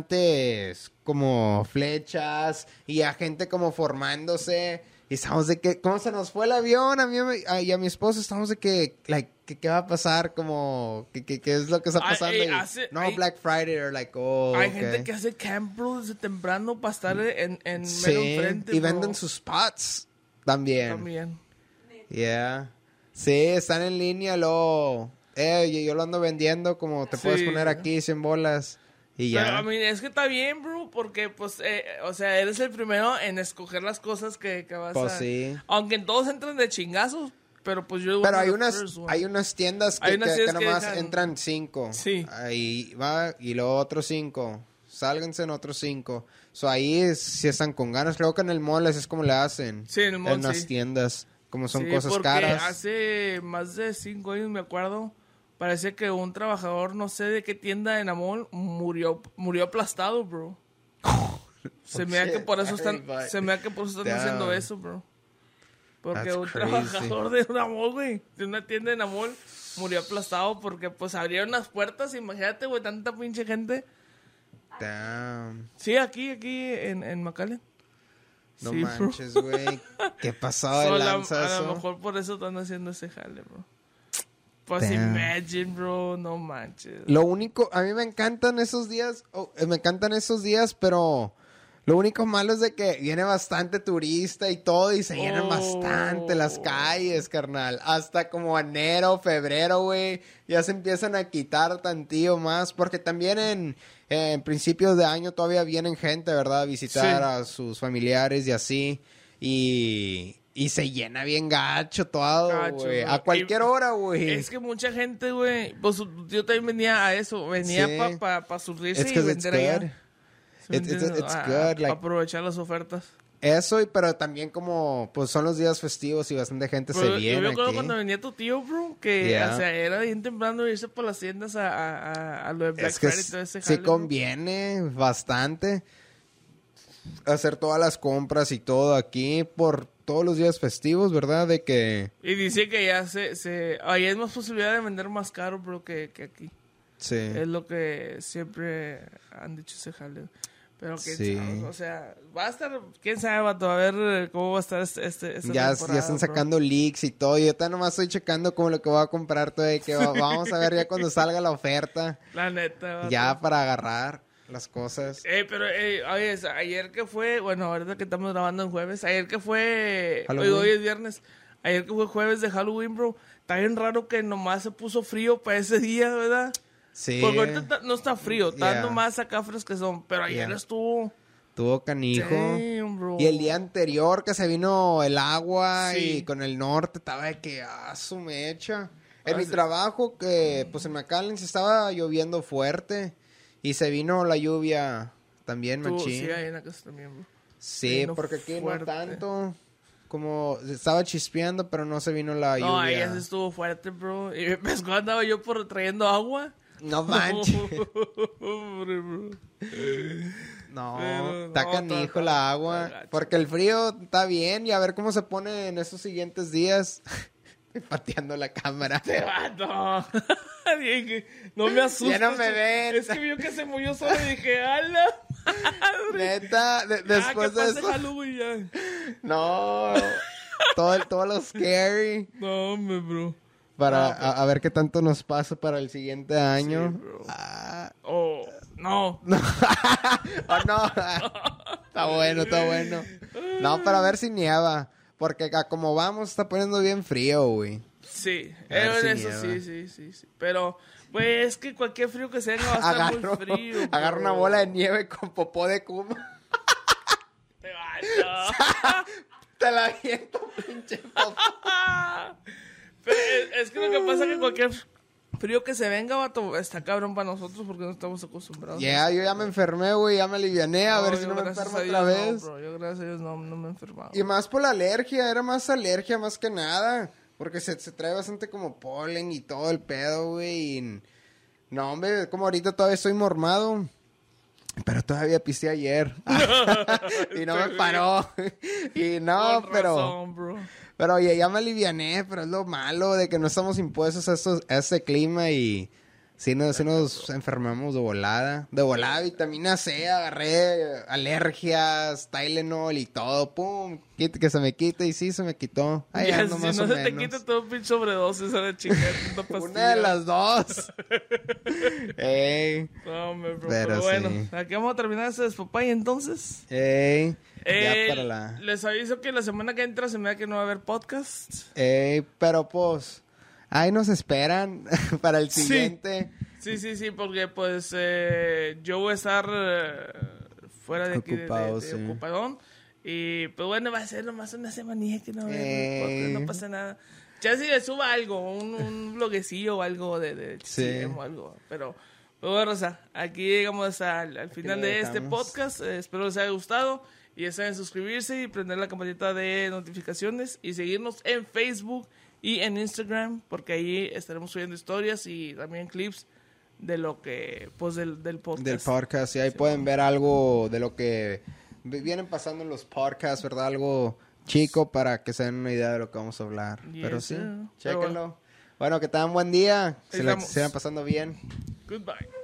Speaker 2: bastantes, como, flechas, y a gente como formándose. Y estamos de que, ¿cómo se nos fue el avión? A mí a- y a mi esposo estamos de que, like, que- ¿qué va a pasar? Como, ¿qué, qué, qué es lo que está
Speaker 1: Ay,
Speaker 2: pasando?
Speaker 1: eh,
Speaker 2: Y,
Speaker 1: hace-
Speaker 2: no,
Speaker 1: hay-
Speaker 2: Black Friday or like oh
Speaker 1: Hay
Speaker 2: okay.
Speaker 1: gente que hace camp, bro, desde temprano para estar en, en
Speaker 2: Mm. sí
Speaker 1: mero enfrente,
Speaker 2: y
Speaker 1: bro.
Speaker 2: venden sus spots también.
Speaker 1: También.
Speaker 2: yeah sí están en línea lo eh yo, yo lo ando vendiendo como te puedes
Speaker 1: Sí.
Speaker 2: poner aquí 100 bolas y ya
Speaker 1: Pero, I mean, es que está bien, bro, porque, pues, eh, o sea, eres el primero en escoger las cosas que, que vas
Speaker 2: Pues,
Speaker 1: a...
Speaker 2: sí.
Speaker 1: Aunque todos entran de chingazos, pero pues yo...
Speaker 2: Pero
Speaker 1: one
Speaker 2: hay
Speaker 1: of the
Speaker 2: unas,
Speaker 1: first one.
Speaker 2: hay unas tiendas que,
Speaker 1: Hay unas
Speaker 2: que- que
Speaker 1: tiendas que
Speaker 2: nomás
Speaker 1: dejan-
Speaker 2: entran cinco.
Speaker 1: Sí.
Speaker 2: Ahí va y luego otros cinco. Sálganse en otros cinco. So ahí es- si están con ganas. Creo que en el mall así es como le hacen.
Speaker 1: Sí, en el mall,
Speaker 2: En las
Speaker 1: sí.
Speaker 2: tiendas. Como son
Speaker 1: Sí,
Speaker 2: cosas
Speaker 1: porque
Speaker 2: caras.
Speaker 1: hace más de cinco años, me acuerdo, parece que un trabajador, no sé de qué tienda en Amol, murió, murió aplastado, bro. se me da que
Speaker 2: shit,
Speaker 1: por eso están,
Speaker 2: everybody.
Speaker 1: se me da que por eso están
Speaker 2: Damn.
Speaker 1: haciendo eso, bro. Porque
Speaker 2: That's
Speaker 1: un
Speaker 2: crazy.
Speaker 1: trabajador de un Amol, güey, de una tienda en Amol, murió aplastado porque pues abrieron las puertas, imagínate, güey, tanta pinche gente.
Speaker 2: Damn.
Speaker 1: Sí, aquí, aquí en, en McAllen.
Speaker 2: No
Speaker 1: Sí, bro.
Speaker 2: manches, güey. Qué pasado
Speaker 1: So,
Speaker 2: de
Speaker 1: la-
Speaker 2: lanza
Speaker 1: a
Speaker 2: eso.
Speaker 1: lo mejor por eso están haciendo ese jale, bro. Pues
Speaker 2: Damn.
Speaker 1: imagine, bro, no manches.
Speaker 2: Lo único, a mí me encantan esos días, oh, eh, me encantan esos días, pero lo único malo es de que viene bastante turista y todo y se llenan
Speaker 1: Oh.
Speaker 2: bastante las calles, carnal. Hasta como enero, febrero, güey, ya se empiezan a quitar tantío más, porque también en, en principios de año todavía vienen gente, ¿verdad? A visitar
Speaker 1: Sí.
Speaker 2: a sus familiares y así. Y, Y se llena bien gacho todo,
Speaker 1: Gacho,
Speaker 2: güey.
Speaker 1: güey.
Speaker 2: A cualquier
Speaker 1: Y-
Speaker 2: hora, güey.
Speaker 1: Es que mucha gente, güey, pues yo también venía a eso, venía
Speaker 2: Sí.
Speaker 1: para pa, pa surtirse
Speaker 2: It's
Speaker 1: y
Speaker 2: 'cause it's
Speaker 1: vender allá.
Speaker 2: good.
Speaker 1: ¿Sí me
Speaker 2: It's- it's-
Speaker 1: entiendes?
Speaker 2: it's
Speaker 1: A-
Speaker 2: good,
Speaker 1: a-
Speaker 2: like-
Speaker 1: Aprovechar las ofertas.
Speaker 2: Eso, y, pero también como, pues son los días festivos y bastante gente
Speaker 1: Pero
Speaker 2: se
Speaker 1: Pues, yo me
Speaker 2: viene
Speaker 1: acuerdo
Speaker 2: aquí.
Speaker 1: cuando venía tu tío, bro, que
Speaker 2: Yeah.
Speaker 1: o sea, era bien temprano irse por las tiendas a, a, a, a lo de Black
Speaker 2: Es que
Speaker 1: Friday y todo ese
Speaker 2: sí
Speaker 1: jale, bro.
Speaker 2: conviene bastante hacer todas las compras y todo aquí por todos los días festivos, ¿verdad? De que,
Speaker 1: Y dice que ya se, se... Ahí es más posibilidad de vender más caro, bro, que, que aquí.
Speaker 2: sí.
Speaker 1: Es lo que siempre han dicho ese jaleo. Pero que,
Speaker 2: Sí.
Speaker 1: o sea, va a estar, quién sabe, vato, a ver eh, cómo va a estar este, este esta
Speaker 2: ya,
Speaker 1: temporada,
Speaker 2: ya están
Speaker 1: bro.
Speaker 2: sacando leaks y todo. Yo ahorita nomás estoy checando como lo que voy a comprar todo. de que va- vamos a ver ya cuando salga la oferta.
Speaker 1: La neta, vato.
Speaker 2: Ya para agarrar las cosas.
Speaker 1: Eh, pero, eh, oye, es- ayer que fue, bueno, ahorita que estamos grabando en jueves, ayer que fue, hoy,
Speaker 2: Halloween.
Speaker 1: hoy es viernes, ayer que fue jueves de Halloween, bro, está bien raro que nomás se puso frío para ese día, ¿verdad?
Speaker 2: Sí.
Speaker 1: Porque Pues, ahorita está- no está frío, está
Speaker 2: Yeah.
Speaker 1: nomás acá fresquezón, pero ayer
Speaker 2: Yeah.
Speaker 1: estuvo...
Speaker 2: Tuvo canijo.
Speaker 1: Damn, bro.
Speaker 2: Y el día anterior que se vino el agua
Speaker 1: Sí.
Speaker 2: y con el norte estaba de que, ah, su mecha. En
Speaker 1: Ah,
Speaker 2: mi
Speaker 1: sí.
Speaker 2: trabajo, que pues en McAllen se estaba lloviendo fuerte y se vino la lluvia también,
Speaker 1: Estuvo-
Speaker 2: machín.
Speaker 1: Sí, ahí en la casa también, bro.
Speaker 2: Sí,
Speaker 1: vino
Speaker 2: porque aquí
Speaker 1: fuerte.
Speaker 2: no tanto. Como estaba chispeando, pero no se vino la
Speaker 1: No, ahí
Speaker 2: lluvia.
Speaker 1: sí estuvo fuerte, bro. Y me pescó, andaba yo por trayendo agua.
Speaker 2: No manches.
Speaker 1: Hombre, bro. Pero
Speaker 2: No, está
Speaker 1: no,
Speaker 2: canijo
Speaker 1: está-
Speaker 2: la
Speaker 1: está
Speaker 2: agua.
Speaker 1: gacho.
Speaker 2: Porque el frío está bien y a ver cómo se pone en esos siguientes días. Pateando la cámara.
Speaker 1: Ah, no. Dije, no me asustes.
Speaker 2: Ya no me ven.
Speaker 1: Es que vio que se murió solo y dije, ala.
Speaker 2: Neta, de- después
Speaker 1: ah,
Speaker 2: de
Speaker 1: que pase
Speaker 2: eso.
Speaker 1: Halloween ya.
Speaker 2: No. Todo, el- todo lo scary.
Speaker 1: No, hombre, bro.
Speaker 2: Para a, a ver qué tanto nos pasa para el siguiente año.
Speaker 1: bro.
Speaker 2: Ah,
Speaker 1: Oh, no.
Speaker 2: oh, no. está bueno, está bueno. No, para ver si nieva. Porque acá como vamos, está poniendo bien frío, güey.
Speaker 1: Sí,
Speaker 2: A ver
Speaker 1: eh,
Speaker 2: si
Speaker 1: eso
Speaker 2: nieva.
Speaker 1: sí, sí, sí, sí. Pero, pues, es que cualquier frío que sea no va a estar
Speaker 2: Agarro,
Speaker 1: muy frío. bro.
Speaker 2: agarro una bola de nieve con popó de kuma.
Speaker 1: Te vas, no.
Speaker 2: Te la aviento, pinche popó.
Speaker 1: Pero es, es que lo que pasa es que cualquier frío que se venga, vato, está cabrón para nosotros porque no estamos acostumbrados.
Speaker 2: Yeah, yo ya me enfermé, güey. Ya me aliviané. A ver
Speaker 1: yo
Speaker 2: si no me
Speaker 1: gracias
Speaker 2: enfermo
Speaker 1: a
Speaker 2: otra
Speaker 1: Dios no,
Speaker 2: vez.
Speaker 1: bro, yo gracias a Dios no, no me he enfermado.
Speaker 2: Y más por la alergia, era más alergia más que nada. Porque se, se trae bastante como polen y todo el pedo, güey. y- No, hombre, como ahorita todavía estoy mormado. Pero todavía pisé ayer. y no me paró. y no,
Speaker 1: Con
Speaker 2: pero.
Speaker 1: razón, bro.
Speaker 2: Pero oye, ya me aliviané, pero es lo malo de que no estamos impuestos a, estos- a este clima y si nos, sí nos enfermamos de volada. De volada, vitamina C, agarré alergias, Tylenol y todo, pum, quit- que se me quite y sí, se me quitó. Ahí
Speaker 1: Ya,
Speaker 2: ando
Speaker 1: si
Speaker 2: más
Speaker 1: no
Speaker 2: o
Speaker 1: se te
Speaker 2: menos.
Speaker 1: quita todo pinche sobredosis esa de chica. tanta
Speaker 2: Una
Speaker 1: pastilla.
Speaker 2: de las dos. ey,
Speaker 1: No, hombre, bro,
Speaker 2: Pero
Speaker 1: Pero, bueno,
Speaker 2: sí.
Speaker 1: aquí vamos a terminar este despapay entonces.
Speaker 2: ey,
Speaker 1: Eh,
Speaker 2: ya para la...
Speaker 1: Les aviso que la semana que entra se me da que no va a haber podcast.
Speaker 2: Ey, pero pues, ahí nos esperan para el siguiente.
Speaker 1: Sí, sí, sí, porque pues eh, yo voy a estar eh, fuera de aquí de- de-
Speaker 2: Ocupado,
Speaker 1: de,
Speaker 2: sí.
Speaker 1: ocupadón. Y pues bueno, va a ser nomás una semanilla que no, va a haber
Speaker 2: Eh.
Speaker 1: podcast, no pasa nada. Ya si le suba algo, un, un bloguecillo o algo de, de
Speaker 2: Sí.
Speaker 1: chisme o algo. Pero pues bueno, Rosa, aquí llegamos al, al final
Speaker 2: le
Speaker 1: de este
Speaker 2: dejamos.
Speaker 1: podcast. Eh, espero les haya gustado. Y ya saben suscribirse y prender la campanita de notificaciones y seguirnos en Facebook y en Instagram, porque ahí estaremos subiendo historias y también clips de lo que, pues del, del podcast.
Speaker 2: Del podcast, y ahí pueden ver algo de lo que vi- vienen pasando en los podcasts, ¿verdad? Algo chico para que se den una idea de lo que vamos a hablar.
Speaker 1: Yes,
Speaker 2: Pero sí,
Speaker 1: sir. Pero
Speaker 2: chéquenlo. Bueno, que tengan buen día,
Speaker 1: Ahí
Speaker 2: se la
Speaker 1: estamos.
Speaker 2: sigan pasando bien.
Speaker 1: Goodbye.